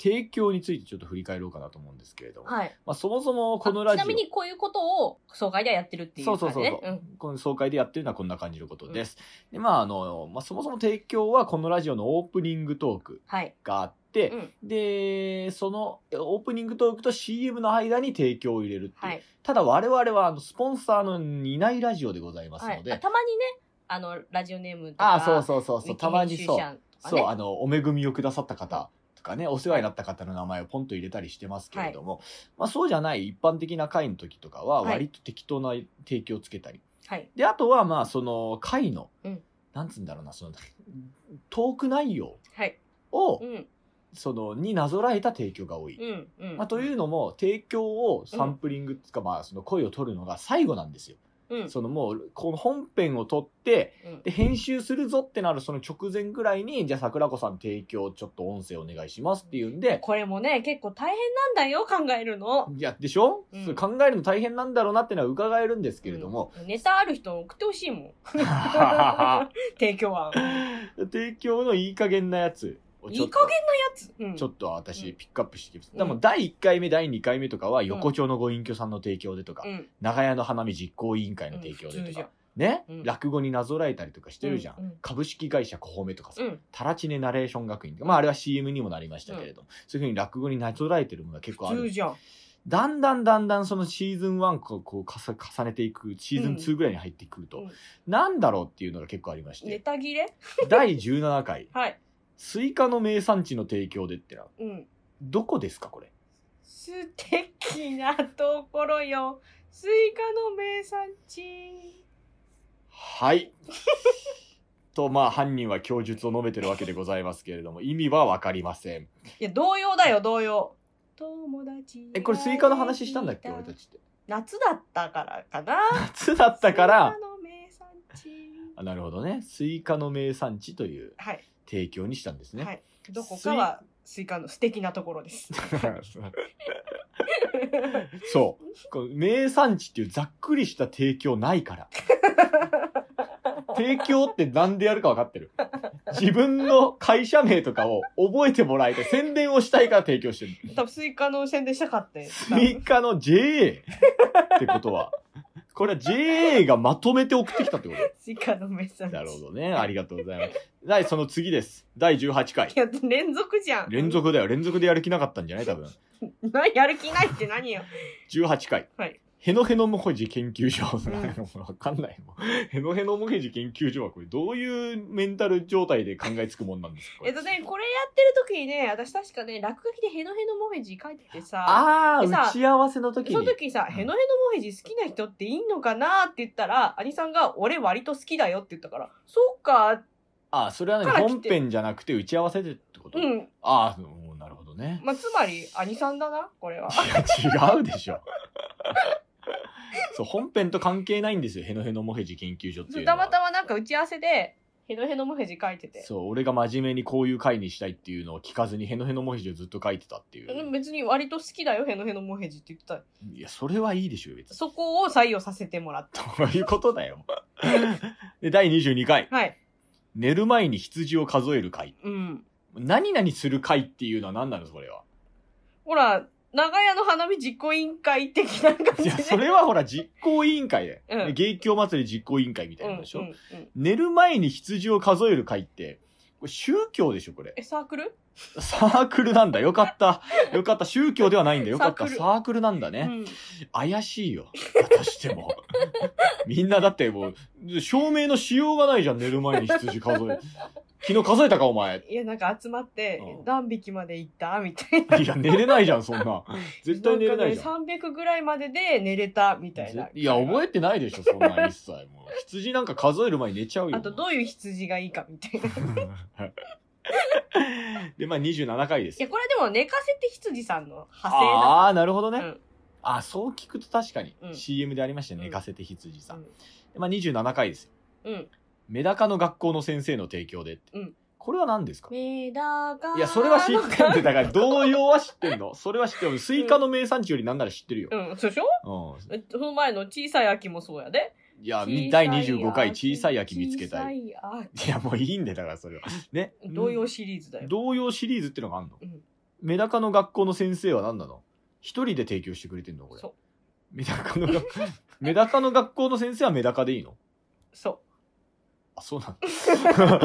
A: 提供についてちょっと振り返ろうかなと思うんですけれども、
B: はい。
A: まあ、そもそもこの
B: あ
A: ラ
B: ち
A: ジ
B: な
A: オ、
B: みにこういうことを総会ではやってるっていう
A: そ
B: 感
A: う
B: じ
A: そう
B: ね。
A: そうそう、
B: ん。
A: この総会でやってるのはこんな感じのことです。で、まあ、あの、まあ、そもそも提供はこのラジオのオープニングトーク
B: はい。
A: があって、
B: うん
A: で、そのオープニングトークと CM の間に提供を入れるっていう。
B: はい。
A: ただ我々はあのスポンサーのいないラジオでございます
B: は
A: の
B: い。
A: で、
B: あたまにね、あの、ラジオネームとか。
A: ああ、そうそうそう
B: ウ
A: そう、
B: ィキ
A: たまに
B: 編集
A: そう
B: 者。とかね
A: そう、あの、お恵みをくださった方、かね、お世話になった方の名前をポンと入れたりしてますけれども、まあそうじゃない一般的な会の時とかは、
B: はい
A: 割と適当な提供をつけたり。
B: はい。
A: で、あとはまあその会の、
B: うん
A: なんつうんだろうな、その、トーク内容
B: はい。
A: を、
B: うん。
A: その、になぞらえた提供が多い。
B: うん。うん。
A: まあ、というのも、提供をサンプリングつか、まあ、その声を取るのが最後なんですよ。
B: うん。
A: そのもう、この本編を取って、
B: うん。
A: で、編集するぞってなるその直前ぐらいに、じゃあ桜子さん提供ちょっと音声お願いしますって言うんで、
B: これもね、結構大変なんだよ、考えるの。
A: いや、でしょ、
B: うん
A: そう考えるの大変なんだろうなってのは伺えるんですけれども、
B: うん。ネタある人送ってほしい
A: [laughs]
B: もん。提供案。
A: 提供のいい加減なやつを
B: い
A: ちょっ
B: い
A: と
B: 加減なやつ。うん
A: ちょっと私
B: うん
A: ピックアップしてきます。
B: うん
A: でも第1回目、第2回目とかは横丁のご隠居さんの提供でとか、
B: うん。
A: 長屋の花見実行委員会の提供で
B: うん普
A: と
B: 通じゃん
A: か、ね、
B: うん
A: 落語になぞらえたりとかしてるじゃん。
B: うんうん
A: 株式会社コホメとかさ、
B: うん。
A: タラチネナレーション学院とか、まああれは CM にもなりましたけれども、そういうふうに落語になぞらえてるものが結構あ
B: 普通
A: る。
B: じゃん。
A: だんだんだんだんそのシーズン1こうこう重重ねていく、シーズン2ぐらいに入ってくると、
B: うん
A: なんだろうっていうのが結構ありまし
B: ネ
A: て、
B: [laughs] タ切れ
A: 第17回、
B: はい。
A: スイカの名産地の提供でってのは、
B: うん。
A: どこですかこれ。
B: 素敵なところよ。スイカの名産地。
A: はい。 [laughs] と、まあ、犯人は供述を述べてるわけでございますけれども、意味はわかりません。
B: いや、童謡だよ、童謡。友達。
A: え、これスイカの話したんだっけ俺たちって。
B: 夏だったからかな。
A: 夏だったから
B: スイ、カの名産地。
A: あなるほどね。スイカの名産地という
B: はい。
A: 提供にしたんですね。
B: はい。どこかはスイカの素敵なところです。
A: [laughs] そう。こう名産地っていうざっくりした提供ないから。提供ってなんでやるか分かってる。自分の会社名とかを覚えてもらえて宣伝をしたいから提供してる。
B: 多分スイカの宣伝したかったよ
A: スイカの JA ってことは、これは JA がまとめて送ってきたってこと
B: スイカの名産地。
A: なるほどね。ありがとうございます。第、その次です。第18回
B: い。や、連続じゃん。
A: 連。続だよ。連続でやる気なかったんじゃない多分。
B: な、やる気ないって何よ。
A: 18回。
B: はい
A: ヘノヘノモヘジ研究所。
B: ん
A: わかんないもん。ヘノヘノモヘジ研究所はこれどういうメンタル状態で考えつくもんなんです [laughs] かこれ
B: えっとね、これやってる時にね、私確かね、落書きでヘノヘノモヘジ書いててさ、
A: あ
B: でさ
A: ー、打ち合わせの時
B: その
A: に。
B: 時さ、ヘノヘノモヘジ好きな人っていいのかなって言ったら、兄さんが俺割と好きだよって言ったから、そうか、
A: あー、それはね、
B: から来て
A: 本編じゃなくて打ち合わせでってこと
B: うん。
A: ああ、なるほどね。
B: まあ、つまり、兄さんだな、これは。
A: いや違うでしょ。そう本編と関係ないんですよ。ヘノヘノモヘジ研究所って
B: そ
A: いううの
B: た
A: は。
B: またまなんか打ち合わせで、ヘノヘノモヘジ書いてて。
A: そう、俺が真面目にこういう回にしたいっていうのを聞かずにヘノヘノモヘジをずっと書いてたっていう。
B: うん別に割と好きだよ、ヘノヘノモヘジって言ってた。
A: いや、それはいいでしょ、別に。
B: そこを採用させてもらっ
A: [laughs]
B: た。
A: ということだよ。で、第22回。
B: はい。
A: 寝る前に羊を数える回。
B: うん。
A: 何々する回っていうのは何なの、それ
B: [laughs]
A: は。
B: ほら、長屋の花火実行委員会的な感じ
A: い
B: で。
A: や、それはほら、実行委員会で。
B: うん
A: 芸協祭り実行委員会みたいなのでしょ。
B: うんうんうん
A: 寝る前に羊を数える会って、これ宗教でしょ、これ。
B: え、サークル
A: サークルなんだ。よかった。よかった。宗教ではないんだ。よかった。
B: サークル
A: サークルなんだ
B: う
A: ね。
B: ん。
A: 怪しいよ。だとしても。みんなだってもう、証明のしようがないじゃん。寝る前に羊数え。昨日数えたか、お前。
B: いや、なんか集まって
A: う、ん
B: 何匹まで行ったみたいな。
A: いや、寝れないじゃん、そんな。絶対寝れないじゃん。
B: んかね、300ぐらいまでで寝れたみたいな
A: ぜ。いや、覚えてないでしょ、そん
B: [laughs]
A: な一切。もう羊なんか数える前に寝ちゃうよ。
B: あと、どういう羊がいいかみたいな。い
A: [laughs] で、まあ27回です
B: や、。これでも寝かせて羊さんの派生だ。
A: ああー、なるほどね。
B: うん
A: あそう聞くと確かに、
B: うん
A: CM でありましたね、
B: うん
A: 寝かせて羊さん。
B: うん
A: でまあ27回ですよ。
B: うん。
A: メダカの学校の先生の提供でって。
B: うん
A: これは何ですか
B: メダカ。
A: いや、それは知ってんで、だから、童謡は知ってんの。それは知ってる。スイカの名産地よりなんなら知ってるよ。
B: うん、そうでしょ
A: うん。
B: えその前の小さい秋もそうやで。
A: いや、
B: 小
A: み
B: さ
A: 第
B: い秋
A: 25回、小さい秋見つけたい。
B: 小さい秋
A: いや、もういいんだよだから、それは。ね。
B: 童謡シリーズだよ。
A: 童謡シリーズってのがあんの、
B: うん
A: メダカの学校の先生は何なの一人で提供してくれてんのこれ
B: そう。
A: メダカの学 [laughs] メダカの学校の先生はメダカでいいの
B: そ
A: あそうな
B: [laughs]
A: の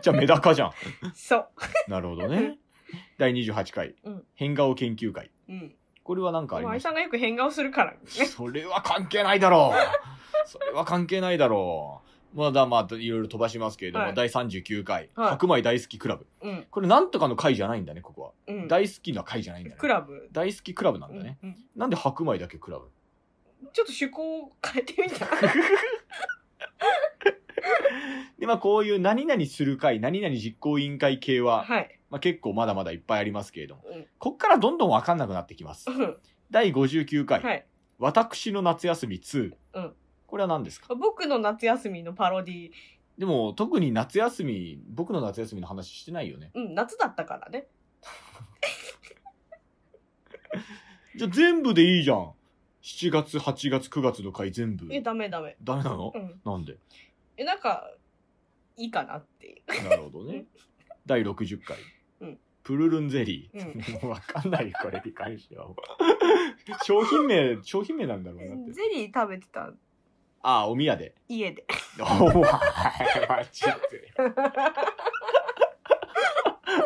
A: じゃあメダカじゃん
B: う。そう。
A: なるほどね第28回、
B: うん
A: 変顔研究会
B: うん。
A: これは何かあり
B: まあ、
A: ま
B: 愛
A: した
B: さんがよく変顔するから。
A: それは関係ないだろうそれは関係ないだろうまだまあ、いろいろ飛ばしますけれども、
B: はい
A: 第39回、
B: はい
A: 白米大好きクラブ。
B: うん。
A: これなんとかの回じゃないんだね、ここは。
B: うん。
A: 大好きな回じゃないんだね
B: ク。ラブ。
A: 大好きクラブなんだね。
B: うんうん
A: なんで白米だけクラブ
B: ちょっと趣向を変えてみた。
A: で、まあこういう何々する会、何々実行委員会系は、
B: はい。
A: まあ結構まだまだいっぱいありますけれども、
B: うん
A: こっからどんどんわかんなくなってきます
B: う。ん
A: 第59回、
B: はい。
A: 私の夏休み2。
B: うん
A: これは何ですか
B: 僕の夏休みのパロディ。
A: でも特に夏休み、僕の夏休みの話してないよね。
B: うん、夏だったからね。
A: じゃあ全部でいいじゃん。7月、8月、9月の回全部。
B: え、ダメダメ。
A: ダメなの
B: う、ん。
A: なんで
B: え、なんか、いいかなっていう。
A: なるほどね。第60回。
B: うん
A: プルルンゼリー。 [laughs] もうわかんないよ、これに関しては。商品名、商品名なんだろうなって。
B: ゼリー食べてた
A: ああ、お宮
B: [laughs]
A: で。
B: 家で。
A: お前、間違ってる。 [laughs]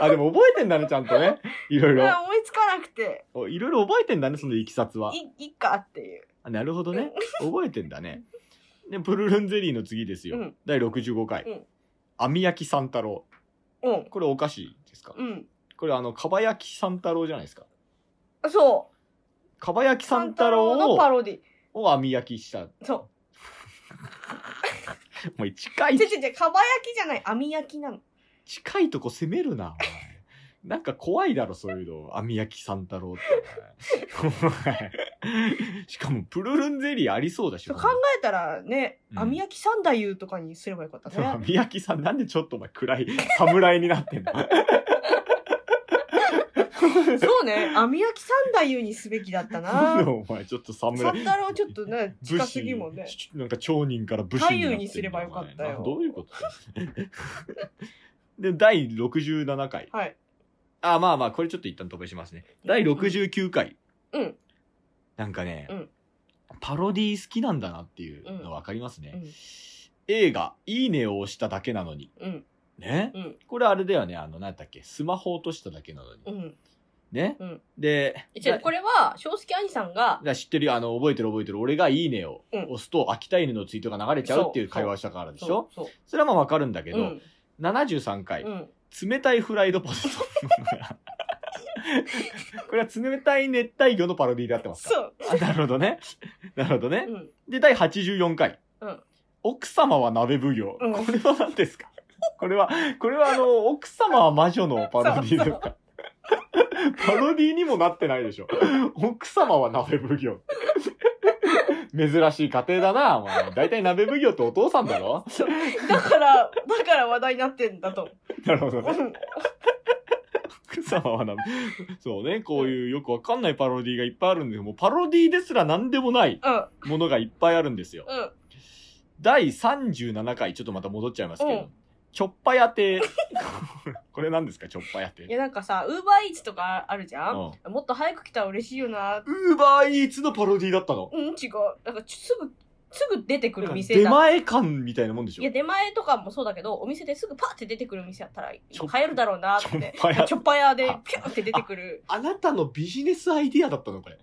A: あ、でも覚えてんだね、ちゃんとね。いろいろ。
B: あ思いつかなくて、
A: おいろいろ覚えてんだね、そのいきさつは。
B: い、いっかっていう。
A: あなるほどね。覚えてんだね。で、プルルンゼリーの次ですよ。
B: うん
A: 第65回。
B: うん
A: 網焼き三太郎。
B: うん。
A: これお菓子ですか、
B: うん。
A: これあの、かば焼き三太郎じゃないですか。
B: そう。
A: かば焼き三太
B: 三
A: 郎
B: のパ
A: を
B: ロディ。
A: を網焼きした。 [laughs]
B: そ
A: もう近
B: う。
A: い
B: ちょ、ちょ、ちょ、かば焼きじゃない。網焼きなの。
A: 近いとこ攻めるな、お前。なんか怖いだろ、そういうの。網焼き三太郎ってお前。お前しかも、プルルンゼリーありそうだし。
B: そう考えたらね、
A: うん
B: 網焼き三太夫とかにすればよかったね。
A: 網焼きさん、なんでちょっとお前暗い、侍になってんの
B: そうね。網焼き三太夫にすべきだっ
A: [laughs]
B: たな。
A: お前、ちょっと
B: 三
A: 侍。
B: 太郎ちょっとね、
A: 武
B: 近すぎ
A: 士
B: もんね。
A: ちなんか町人から武士になってんだ
B: 太夫にすればよかったよ
A: お前どういうことだ [laughs] で、第67回。
B: はい。
A: あ、まあまあ、これちょっと一旦飛ばしますね。第69回。
B: うん。
A: なんかね、
B: うん
A: パロディー好きなんだなっていうのわかりますね、
B: うん
A: 映画、いいねを押しただけなのに。
B: うん。
A: ね、
B: うん
A: これあれだよね、あの、なんだっけ、スマホ落としただけなのに。
B: うん。
A: ね、
B: うん
A: で、
B: じゃあこれは、正月兄さんが、
A: だ知ってるよ、あの、覚えてる覚えてる。俺がいいねを
B: うん
A: 押すと、秋田犬のツイートが流れちゃうっていう
B: そうそう
A: 会話をしたからでしょ
B: そうそう。
A: それはまあわかるんだけど、
B: うん。
A: 73回、
B: うん。
A: 冷たいフライドポテト。これは冷たい熱帯魚のパロディであってますか
B: そう。
A: あなるほどね。なるほどね
B: う。ん。
A: で、第84回。
B: うん
A: 奥様は鍋奉行。
B: うん
A: これは何ですかこれは、これはあの、奥様は魔女のパロディですかパロディにもなってないでしょ。奥様は鍋奉行。珍しい家庭だな。まあ、大体鍋奉行ってお父さんだろ
B: だから、だから話題になってんだ
A: [laughs]
B: と思う。
A: なるほど
B: う
A: ね。
B: ん。
A: 奥様は鍋。そうね、こういうよくわかんないパロディがいっぱいあるんで、もうパロディですら何でもない
B: うん。
A: ものがいっぱいあるんですよ。
B: うん。
A: 第37回、ちょっとまた戻っちゃいますけ
B: う
A: ど
B: ん、
A: ちょっぱやて。これ何ですか、ちょっぱやて。
B: いやなんかさ、ウーバーイーツとかあるじゃん、
A: ウ
B: もっと早く来たら嬉しいよな。
A: ーバーイーツのパロディだったの。
B: うん、違う。なんかちょすぐ、すぐ出てくる店
A: 出
B: だ。
A: 前感みたいなもんでし
B: いや、
A: ょ。
B: 出前とかもそうだけど、お店ですぐパーって出てくる店やったら、流
A: ちょ
B: 行るだろうなって。
A: ちょっぱや
B: ちょっぱ屋でピュンって出てくる。
A: あなたのビジネスアイディアだったの、これ。 [laughs]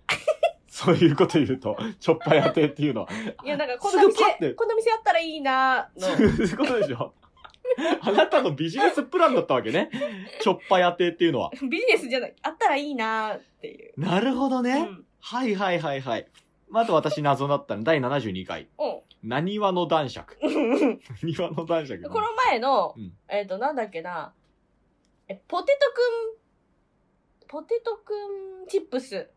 A: そういうこと言うと、ちょっぱやてっていうのは。
B: いや、なんかこんな
A: すぐパッて
B: 店、こんな店あったらいいなの。
A: そういうことでしょ。あなたのビジネスプランだったわけね。ちょっぱやてっていうのは。
B: ビジネスじゃない、あったらいいなっていう。
A: なるほど
B: う
A: ね。
B: ん。
A: はいはいはいはい。まああと私謎だったの、第72回。
B: おう
A: なにわの男爵。 [laughs]
B: こ
A: 庭の男爵。
B: の前の、
A: うん
B: えっ、と、なんだっけな。え、ポテトくん、ポテトくんチップス。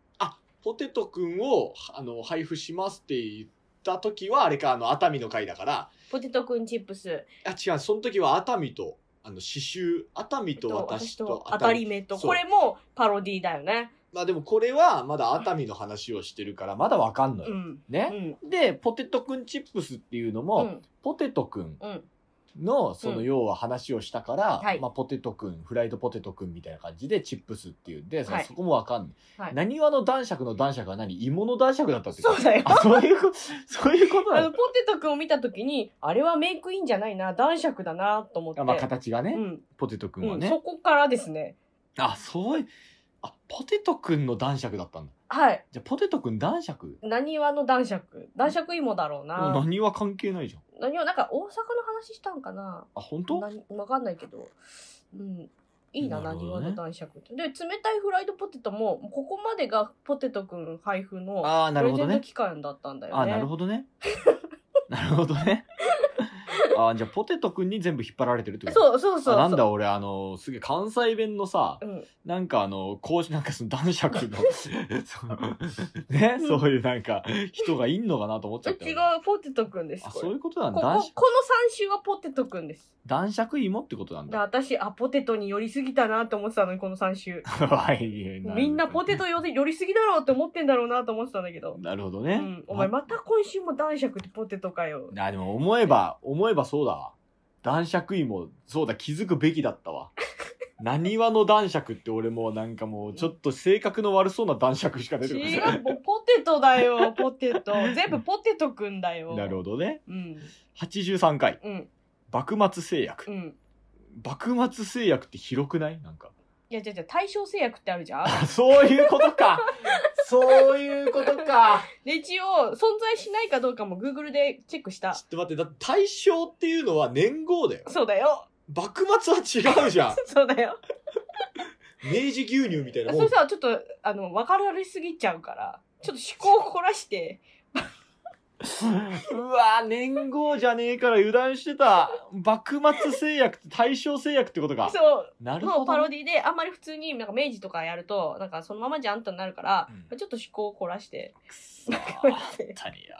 A: ポテトくんをあの配布しますって言った時はあれかあの熱海の会だから
B: ポテトくんチップス。
A: あ違うその時は熱海とあの刺繍熱
B: え
A: 海
B: っと
A: と私と
B: 当たり目と。
A: そう
B: これもパロディーだよね。
A: まあでもこれはまだ熱海の話をしてるからまだわかんの
B: う
A: よ、
B: ん。う
A: ね、
B: ん。
A: でポテトくんチップスっていうの
B: う
A: も、
B: ん。
A: ポテトくん
B: うん。
A: のその要は話をしたから、
B: はい
A: まあ、ポテトくんフライドポテトくんみたいな感じでチップスっていうんで、そ
B: はい
A: そこもわかんない、
B: はい
A: 何話の男爵の男爵は何芋の男爵だったってこと
B: そうだよ。
A: あそういう
B: [laughs]
A: ことそういうこと
B: あ
A: なの
B: の、ポテトくんを見たときに、あれはメイクインじゃないな、男爵だな、と思って。
A: あまあ形がね、
B: うん。
A: ポテト君
B: う
A: は
B: ん。
A: ね、
B: そこからですね。
A: あそういうあ、ポテトくんの男爵だったんだ。
B: はい。
A: じゃあ、ポテトくん男爵
B: 何話の男爵男爵芋だろうな。
A: 何は関係ないじゃん。
B: 何話なんか大阪の話したんかな
A: あ、本当
B: なわかんないけど。うん。いいな、
A: なる
B: 何
A: ほど
B: 話
A: ね
B: の男爵って。で、冷たいフライドポテトも、もうここまでがポテトくん配布の
A: ああ、な
B: プ
A: る
B: レ
A: ほ
B: ゼ
A: ど
B: ント
A: ね。
B: 期間だったんだよね。
A: ああ、なるほどね。 [laughs] なるほどね。ああ、じゃあ、ポテトくんに全部引っ張られてるってことう
B: そうそうそうそう。
A: なんだ俺、あの、すげえ関西弁のさ
B: う、ん。
A: なんかあの、講師なんかその男爵
B: [laughs]
A: の、 [laughs] そのね、そういうなんか人がいんのかなと思っちゃったよ
B: 違う、ポテトくんです。
A: あ、
B: これ
A: そういうことなん
B: ここ
A: だ。
B: この
A: 男
B: 3
A: 爵
B: 週はポテトくんです。
A: 男爵芋ってことなん
B: で
A: だ。
B: 私、あ、ポテトに寄りすぎたなって思ってたのに、この3週。
A: [laughs] はい
B: みんなポテト寄り寄りすぎだろうって思ってんだろうなと思ってたんだけど。
A: なるほど
B: う
A: ね。
B: ん。お前また今週も男爵ってポテトかよ。
A: あ、でも思えば、思えばそうだわ。男爵芋、そうだ、気づくべきだった
B: [laughs]
A: わ。何話の男爵って俺もうなんかもうちょっと性格の悪そうな男爵しか出てこ
B: 違
A: な
B: う、もうポテトだ
A: [laughs]
B: よ、ポテト。全部ポテトくんだよ。
A: い。 [laughs] なるほどね。
B: うん。
A: 83回、
B: うん。
A: 幕末製
B: う
A: 薬。
B: ん。
A: 幕末製薬って広くないなんか。 [laughs]
B: いや、じゃじゃ対象制約ってあるじゃん。
A: あそういうことかそういうことか
B: で、一応、存在しないかどうかも Google でチェックし
A: ちょ
B: た。
A: っと待って、だって大正っていうのは年号だよ。
B: そうだよ。
A: 幕末は違うじゃん。
B: そうだよ。
A: 明治牛乳みたいな
B: そ
A: もん
B: れ。さ、ちょっと、あの、分かられすぎちゃうから、ちょっと思考を凝らして、
A: うわぁ、年号じゃねえから油断してた。幕末制約って大正制約ってことか。
B: そう、
A: なる
B: の
A: ほ
B: パ
A: ど
B: ロ
A: ね。
B: ディで、あんまり普通になんか明治とかやると、なんかそのままじゃんとなるから、
A: うん
B: ちょっと思考を凝らして。
A: くそー本当によ。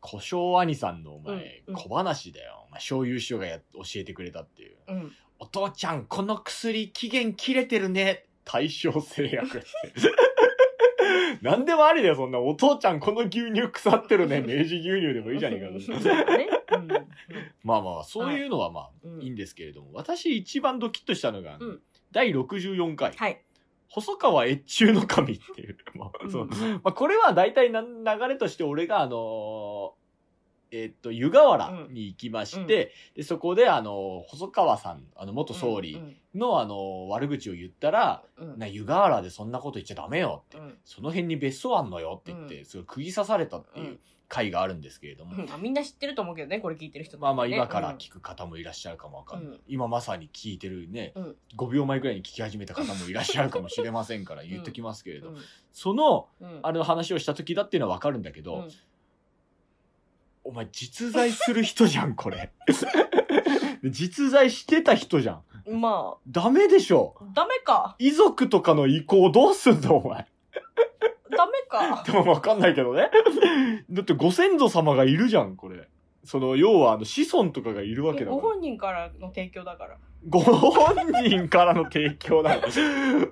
A: 小正兄さんのお前、
B: うんうん
A: 小話だよ。お前、小優師匠がや教えてくれたっていう。
B: うん。
A: お父ちゃん、この薬期限切れてるね。大正製薬って。 [laughs] なんでもありだよ、そんな。お父ちゃん、この牛乳腐ってるね。明治牛乳でもいいじゃねえ
B: [laughs] そう
A: か。
B: だねうん
A: まあまあ、そういうのはまあ、
B: うんうん
A: いいんですけれども、私一番ドキッとしたのが、
B: うん
A: 第64回、
B: はい。
A: 細川越中の神っていう。 [laughs] まあ
B: うん
A: そうまあ、これは大体な流れとして俺があのーえっと、湯河原に行きまして、
B: うん
A: で、そこであのー細川さん、あの、元総理
B: うん
A: のあのー悪口を言ったら、
B: うんうん
A: な、湯河原でそんなこと言っちゃダメよって、
B: うん
A: その辺に別荘あんのよって言って、
B: う
A: すごい釘刺されたっていう回があるんですけれども、
B: うんまあみんな知ってると思うけどね、これ聞いてる人
A: まあまあ今か
B: う
A: ら
B: ん
A: 聞く方もいらっしゃるかもわかんない、
B: うん
A: 今まさに聞いてるね、
B: うん
A: 5秒前くらいに聞き始めた方もいらっしゃるかもしれません
B: [laughs]
A: から言っときますけれど、
B: うん
A: その
B: うん
A: あの話をした時だっていうのはわかるんだけど、
B: うん
A: お前実在する人じゃんこれ [laughs] 実在してた人じゃん
B: ま
A: ダメでしょ
B: あ、ダメか。
A: 遺族とかの意向どうすんだお前
B: ダメか。
A: でもわかんないけどねだってご先祖様がいるじゃんこれその要はあの子孫とかがい [laughs] るわけだ
B: ご
A: から
B: 本人からの提供だから。
A: ご本人からの提供なの。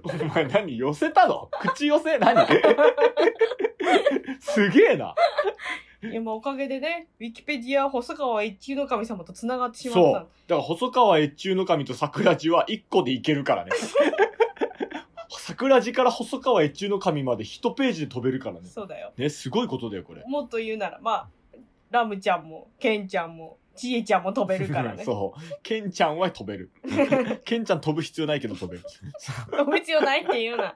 A: お前何寄せたの口寄せ何 [laughs] すげえな。
B: いや、まあおかげでね、ウィキペディア、細川一中の神様と繋がってしま
A: そう。
B: っ
A: だ
B: た
A: か。ら細川越中の神と桜地は一個でいけるからね。桜地から細川越中の神まで一ページで飛べるからね。
B: そうだよ。
A: ね、すごいことだよ、これ。
B: もっと言うなら、まあ、ラムちゃんも、ケンちゃんも、ちえちゃんも飛べるから
A: [laughs]
B: ね。
A: そう。ケンちゃんは飛べる。ケンちゃん飛ぶ必要ないけど飛べる。
B: 飛ぶ必要ないってい
A: [laughs]
B: うな。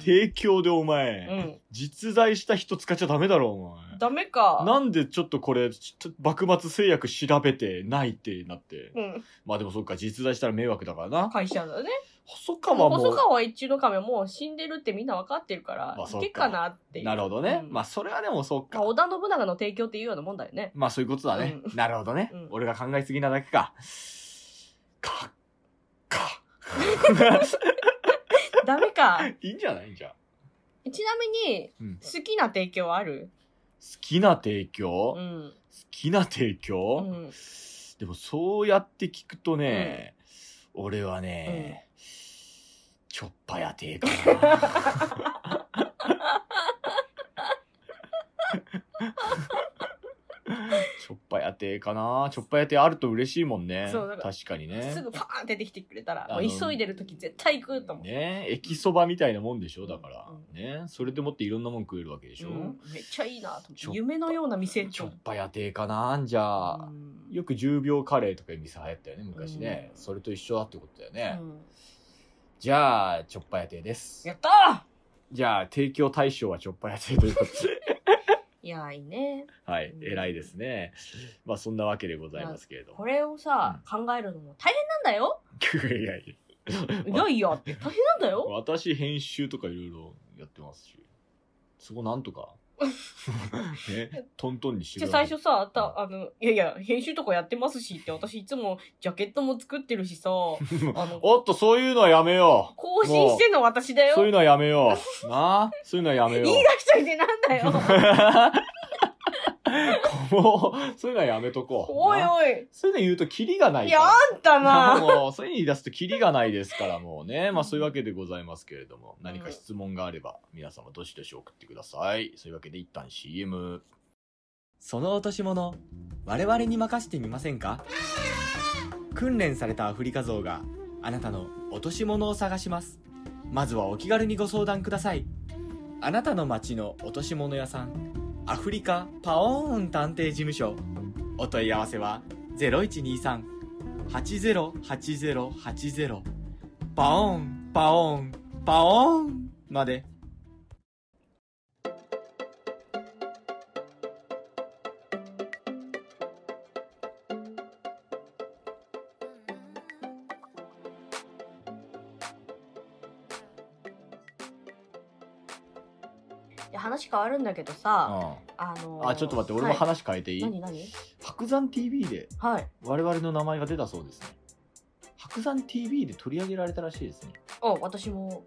A: 提供でお
B: う
A: 前、
B: ん。
A: 実在した人使っちゃダメだろ、お前。
B: ダメか。
A: なんでちょっとこれ、ちょ幕末製薬調べてないってなって。
B: うん。
A: まあでもそっか、実在したら迷惑だからな。
B: 会社だね。
A: 細川も。
B: 細川一中の神はもう死んでるってみんな分かってるから、
A: まあそか
B: いうけっかなっていう。
A: なるほどね。
B: うん
A: まあそれはでもそっ
B: ま
A: か
B: あ。織田信長の提供っていうようなもんだよね。
A: まあそういうことだね。なるほどね、
B: うん
A: 俺が考えすぎなだけか。か、
B: [laughs]
A: か。
B: ダ
A: [laughs]
B: メか。
A: いいんじゃないんじゃん。好
B: ちなみに、
A: うん
B: 好きな提供はある
A: きな提供、
B: う
A: 好
B: ん。
A: きな提
B: う
A: 供、
B: ん。
A: でもそうやって聞くとね、俺はね、ちょっぱや亭かな。ちょっぱや亭かな。ちょっぱや亭あると嬉しいもんね。
B: そうだから
A: 確かにね。
B: すぐパーン出てきてくれたら、
A: あの
B: もう急いでる時絶対行くと思う。
A: ね駅そばみたいなもんでしょだから
B: う。
A: ねそれでもっていろんなもん食えるわけでし
B: う
A: ょ、
B: ん、めっちゃいいなと
A: ち
B: 思
A: ょってと
B: っ夢のような店
A: ちょっぱや亭かなじゃあ、
B: うん
A: よく10秒カレーとかいう店流行ったよね、昔ね。
B: うん
A: それと一緒だってことだよね。
B: うん
A: じゃあ、チョッパ屋亭です。
B: やったー
A: じゃあ、提供対象はチョッパ屋亭ということ
B: [laughs]
A: で。
B: いやーいいね
A: はい、偉いですね。まあ、そんなわけでございますけれど
B: こ
A: も。
B: れをさ、考えるのも大変なんだよ
A: いやいや
B: いやい
A: [laughs]
B: やって大変なんだよ
A: 私、編集とかいろいろやってますし、そこなんと
B: [laughs]
A: か、ね、トントンにして
B: じゃ
A: く
B: あ
A: ださ
B: 最
A: い。
B: 初さ、た、あの、いやいや、編集とかやってますしって、私いつもジャケットも作って
A: [laughs]
B: るしさ、あの、
A: おっと、そういうのはやめよ
B: 更新してんの私だ
A: う。
B: よ。
A: そういうのはやめよう。なあ、そういうのはやめよう
B: 言い。
A: [laughs]
B: 出しといてなんだよ。
A: もう、そういうのはやめとこう。
B: おい
A: な
B: おい。
A: そういうの言うとキリがない
B: い
A: か
B: や、
A: ら。
B: あんた
A: まあ
B: な。
A: もう、そういうの言い出すとキリがないですから、もうね。まあそういうわけでございますけれども、何か質問があれば、皆様どしどし送ってください。そういうわけで一旦 CM。
C: その落とし物我々に任せてみませんか訓練されたアフリカゾウがあなたの落とし物を探しますまずはお気軽にご相談くださいあなたの町の落とし物屋さんアフリカパオーン探偵事務所お問い合わせは0123-808080パオーンパオーンパオーンまで
B: で話変わるんだけど
A: う
B: さ、
A: ん。
B: あのー
A: あ、ちょっと待って、俺も
B: はい
A: 話変えていい、
B: 何何
A: 白山 TV で
B: はい。
A: 我々の名前が出たそうですね。白山 TV で取り上げられたらしいですね。
B: お、私も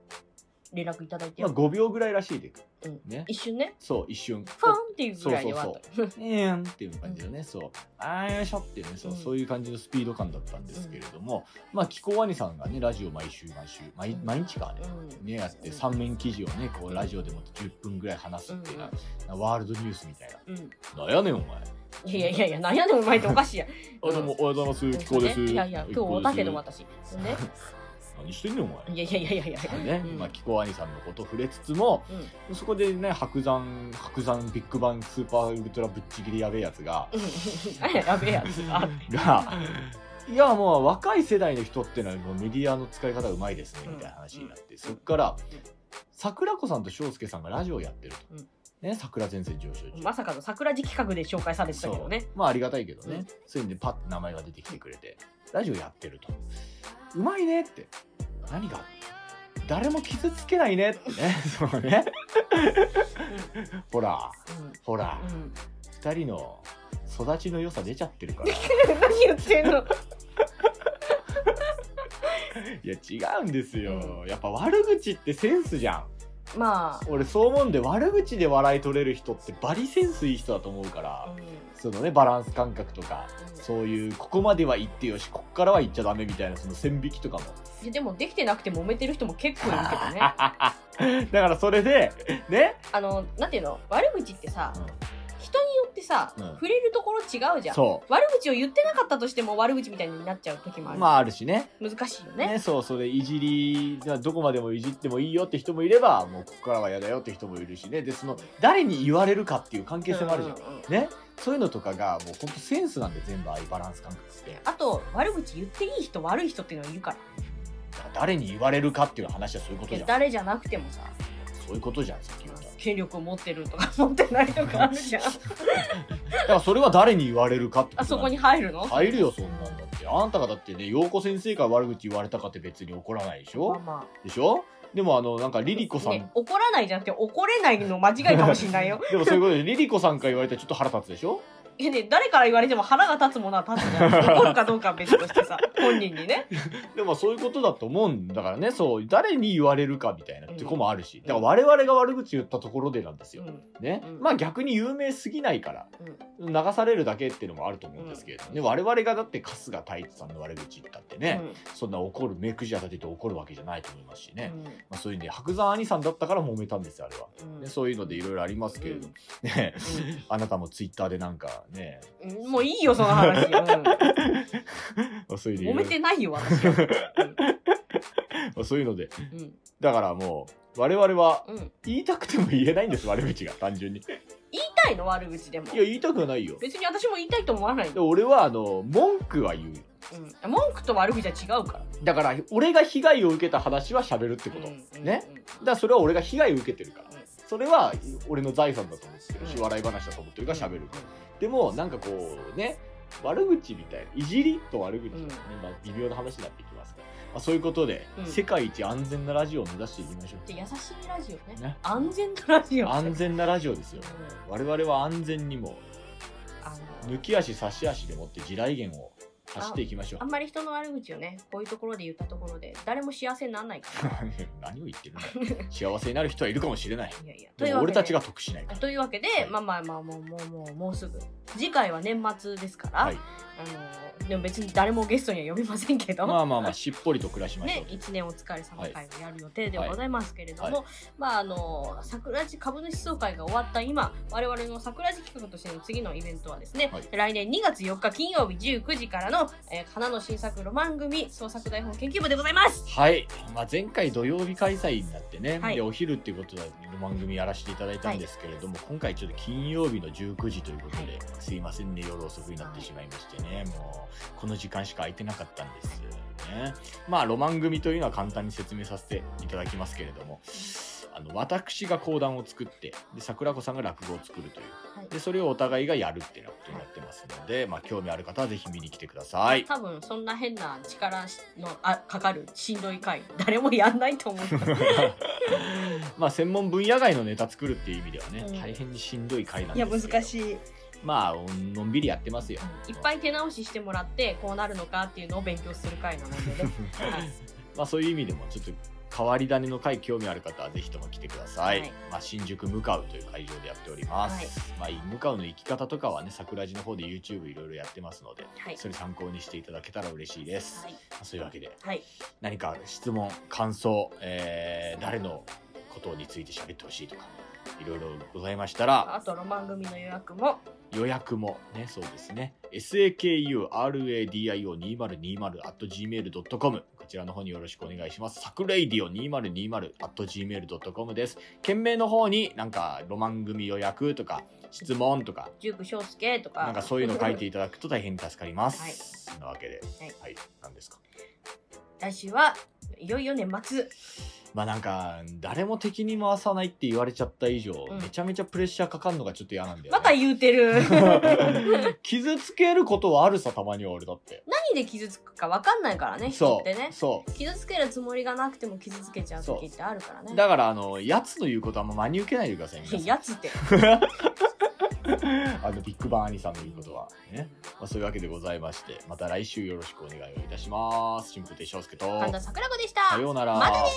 B: 連絡いただいて
A: まあ
B: よ。
A: 5秒ぐらいらしいで。
B: うん
A: ね。
B: 一瞬ね、
A: そう、一瞬。
B: ファンっていうぐらいで終わった。
A: えーんっていう感じのね、そう、あーよいしょっていうね、そう、
B: うん
A: そういう感じのスピード感だったんですけれども、まあ、気候ワニさんがね、ラジオ毎週毎週、毎
B: うん
A: 毎日かね、
B: うん
A: ね、やって3面記事をね、こう、ラジオでもって10分ぐらい話すっていうな、ワールドニュースみたいな。
B: う
A: な
B: ん。
A: んやねん、お前。
B: いやいやいやいや、何やでも前っておかしいや。
A: あ、でも、 [laughs] おはようございます、気候です。
B: いやいや、今日お
A: だ
B: だけど。私。ね。
A: 何してんねん、お前。
B: いやいやいやいやいや。
A: ね
B: うん
A: まあ、気候ワニさんのこと触れつつも、
B: うん。
A: そこでね、白山、白山ビッグバンスーパーウルトラぶっちぎりやべえやつが、
B: うん [laughs] やべえやつ。あ
A: が、いや、もう若い世代の人ってのはもうメディアの使い方うまいですね、みたいな話になって、そっから
B: うん、
A: 桜子さんと翔介さんがラジオをやってると。
B: うん
A: ね、桜前線上昇中。
B: まさかの桜地企画で紹介されてた
A: そ
B: けど
A: う
B: ね。
A: まあありがたいけど
B: う
A: ね
B: ん。
A: そういうんでパッと名前が出てきてくれて、ラジオやってると。うまいねって。何が誰も傷つけないねってね。 [laughs] そうね。ほら、ほら、
B: うんうん
A: 二人の育ちの良さ出ちゃってるから。
B: 何言ってんの
A: いや違うんですよ、やっぱ悪口ってセンスじゃん
B: まあ、
A: 俺そう思うんで悪口で笑い取れる人ってバリセンスいい人だと思うから、
B: う
A: そのねバランス感覚とかそういうここまでは言ってよしこっからは言っちゃダメみたいなその線引き
B: [laughs]
A: とかも
B: んででもできてなくて揉めてる人も結構いるけ
A: [laughs]
B: どね
A: だからそれでね、
B: あのなんていうの悪口ってさ人によってさ、
A: うん
B: 触れるところ違うじゃん
A: そ
B: 悪口を言ってなかったとしても悪口みたいになっちゃう時もあ
A: う
B: る、
A: まああるしね
B: 難しいよ
A: ね
B: ね
A: そうそれいじりまあどこまでもいじってもいいよって人もいればもうここからは嫌だよって人もいるしねでその誰に言われるかっていう関係性もあるじゃん
B: うんうんうん
A: ね、そういうのとかがもう本当センスなんで全部ああいうバランス感覚って
B: あと悪口言っていい人悪い人っていうのはいるから
A: だから誰に言われるかっていう話はそういうこと
B: い
A: じゃ
B: や
A: ん
B: 誰じゃなくてもさ
A: そういうことじゃんさっき言った
B: 権力を持ってるとか [laughs] 持ってないとかあるじゃん
A: だからそれは誰に言われるかってこ
B: あ
A: と
B: そ
A: な
B: こ
A: ん
B: に
A: だ
B: 入るの
A: 入るよそんなんだってあんたがだってね陽子先生から悪口言われたかって別に怒らないでし
B: まあ
A: ょ
B: ま
A: でしょでもあのなんかリリコさ
B: あ、
A: ん、
B: ね、怒らないじゃなくて怒れないの間違いかもし
A: [laughs]
B: れないよ
A: でもそういうことでリリコさんから言われたらちょっと腹立つでしょ
B: いやね誰から言われても腹が立つものは立つじゃん怒るかどうかは別としてさ本人にね
A: [laughs] でもそういうことだと思うんだからねそう誰に言われるかみたいなってこもあるし、だから我々が悪口言ったところでなんですよ、
B: うん
A: ね、
B: うん
A: まあ逆に有名すぎないから、流されるだけっていうのもあると思うんですけれどもね、我々がだって春日太一さんの悪口言ったってね、そんな怒る目くじ当てて怒るわけじゃないと思いますし
B: う
A: ね、
B: ん
A: まあ、そういうんで白山兄さんだったから揉めたんですよあれは、
B: うん
A: ね、そういうのでいろいろありますけれども、ねあなたもツイッターでなんかね
B: うんうんもういいよその話、うん、
A: そういうのいろ
B: 揉め
A: いろ
B: てないよ私は
A: まあそういうので
B: うん
A: だからもう我々は
B: うん
A: 言いたくても言えないんです悪口が単純に
B: 言いたいの悪口でも
A: いや、言いたくはないよ。
B: 別に私も言いたいと思わない
A: で
B: よ、
A: 俺は、あの、文句は言うよ。
B: うん、文句と悪口は違うから
A: だから、俺が被害を受けた話は喋るってこと。
B: う
A: ね。
B: んうん
A: だから、それは俺が被害を受けてるから
B: うん。
A: それは、俺の財産だと思ってるし、
B: うん
A: 笑い話だと思ってるから喋るから。でも、なんかこう、ね、悪口みたいな、いじりと悪口、
B: うん
A: ねまあ微妙な話になっていきますが、まあ、そういうことで、
B: うん
A: 世界一安全なラジオを目指していきましょ
B: で優しいラジオね
A: う。ね。
B: 安全なラジオ
A: 安全なラジオです
B: うん
A: よ。我々は安全にも、
B: あの
A: 抜き足差し足でもって地雷原を走っていきましょう
B: あん。まり人の悪口をねこういうところで言ったところで誰も幸せにならないか
A: [laughs] 何を言ってるんだよ幸せになる人はいるかもしれ
B: [laughs]
A: ない。
B: らいやいや
A: でも俺たち
B: が
A: が得しないから。
B: というわけでまあまあまあもうもうもうもうすぐ次回は年末ですから、
A: はい
B: あのでも別に誰もゲストには呼びませんけど、
A: まあまあまあ、しっぽりと暮らしましょ
B: ね、
A: う。
B: 1年お疲れ様会をやる予定ではございますけれども、
A: はいは
B: まああの桜地株主総会が終わった今我々の桜地企画としての次のイベントはですね、
A: はい
B: 来年2月4日金曜日19時からの、えー花の新作ロマン組創作台本研究部でございます
A: はい。まあ、前回土曜日開催になってね、
B: はい
A: でお昼っていうことで番組やらせていただいたんですけれども、今回ちょっと金曜日の19時ということで、
B: はい
A: すいませんね、夜遅くになってしまいましてね、もう、この時間しか空いてなかったんですよね。まあ、ロマン組というのは簡単に説明させていただきますけれども、あの私が講談を作ってで桜子さんが落語を作るという、
B: はい
A: でそれをお互いがやるっていうようなことになってますので、まあ、興味ある方はぜひ見に来てください。
B: 多分そんな変な力のあかかるしんどい回誰もやんな
A: [laughs]
B: いと思うから
A: まあ専門分野外のネタ作るっていう意味ではね、
B: うん
A: 大変にしんどい回なん
B: い
A: で
B: や
A: すけど
B: 難しい
A: まあのんびりやってますよ
B: いっぱい手直ししてもらってこうなるのかっていうのを勉強する回なので、
A: [laughs]
B: ねはい
A: まあそういう意味でもちょっと変わり種の回興味ある方はぜひとも来てください、
B: はい
A: まあ、新宿向かうという会場でやっております、まあ向かうの行き方とかはね桜地の方で YouTube いろいろやってますので
B: はい
A: それ参考にしていただけたら嬉しいです、
B: はい
A: まあそういうわけで
B: はい
A: 何か質問感想、えー誰のことについて喋ってほしいとかいろいろございましたら
B: あとロマン組の予約も
A: 予約もね、そうですね。sakuradio2020.gmail.com こちらの方によろしくお願いします。サクレイディオ 2020.gmail.com です。件名の方になんかロマン組予約とか質問とか、
B: 塾翔介とか
A: なんかそういうの書いていただくと大変助かります。なわけで、
B: はい
A: はい、なんですか。
B: 来週はいよいよ年末
A: まあなんか、誰も敵に回さないって言われちゃった以上、
B: うん
A: めちゃめちゃプレッシャーかかるのがちょっと嫌なんだよ、
B: バカ
A: ね。
B: 言うてる
A: [laughs] 傷つけることはあるさ、たまには俺だって。
B: 何で傷つくか分かんないからね人
A: そ
B: ってね
A: う。そう。
B: 傷つけるつもりがなくても傷つけちゃう時ってあるからね
A: だからあのやつの言うことはあんま真に受けないでください
B: [laughs]
A: 皆さん
B: やつって
A: あのビッグバン兄さんの言うことはね、まあ、そういうわけでございましてまた来週よろしくお願いをいたします春風亭昇介と
B: 神田桜子でした
A: さようなら
B: またね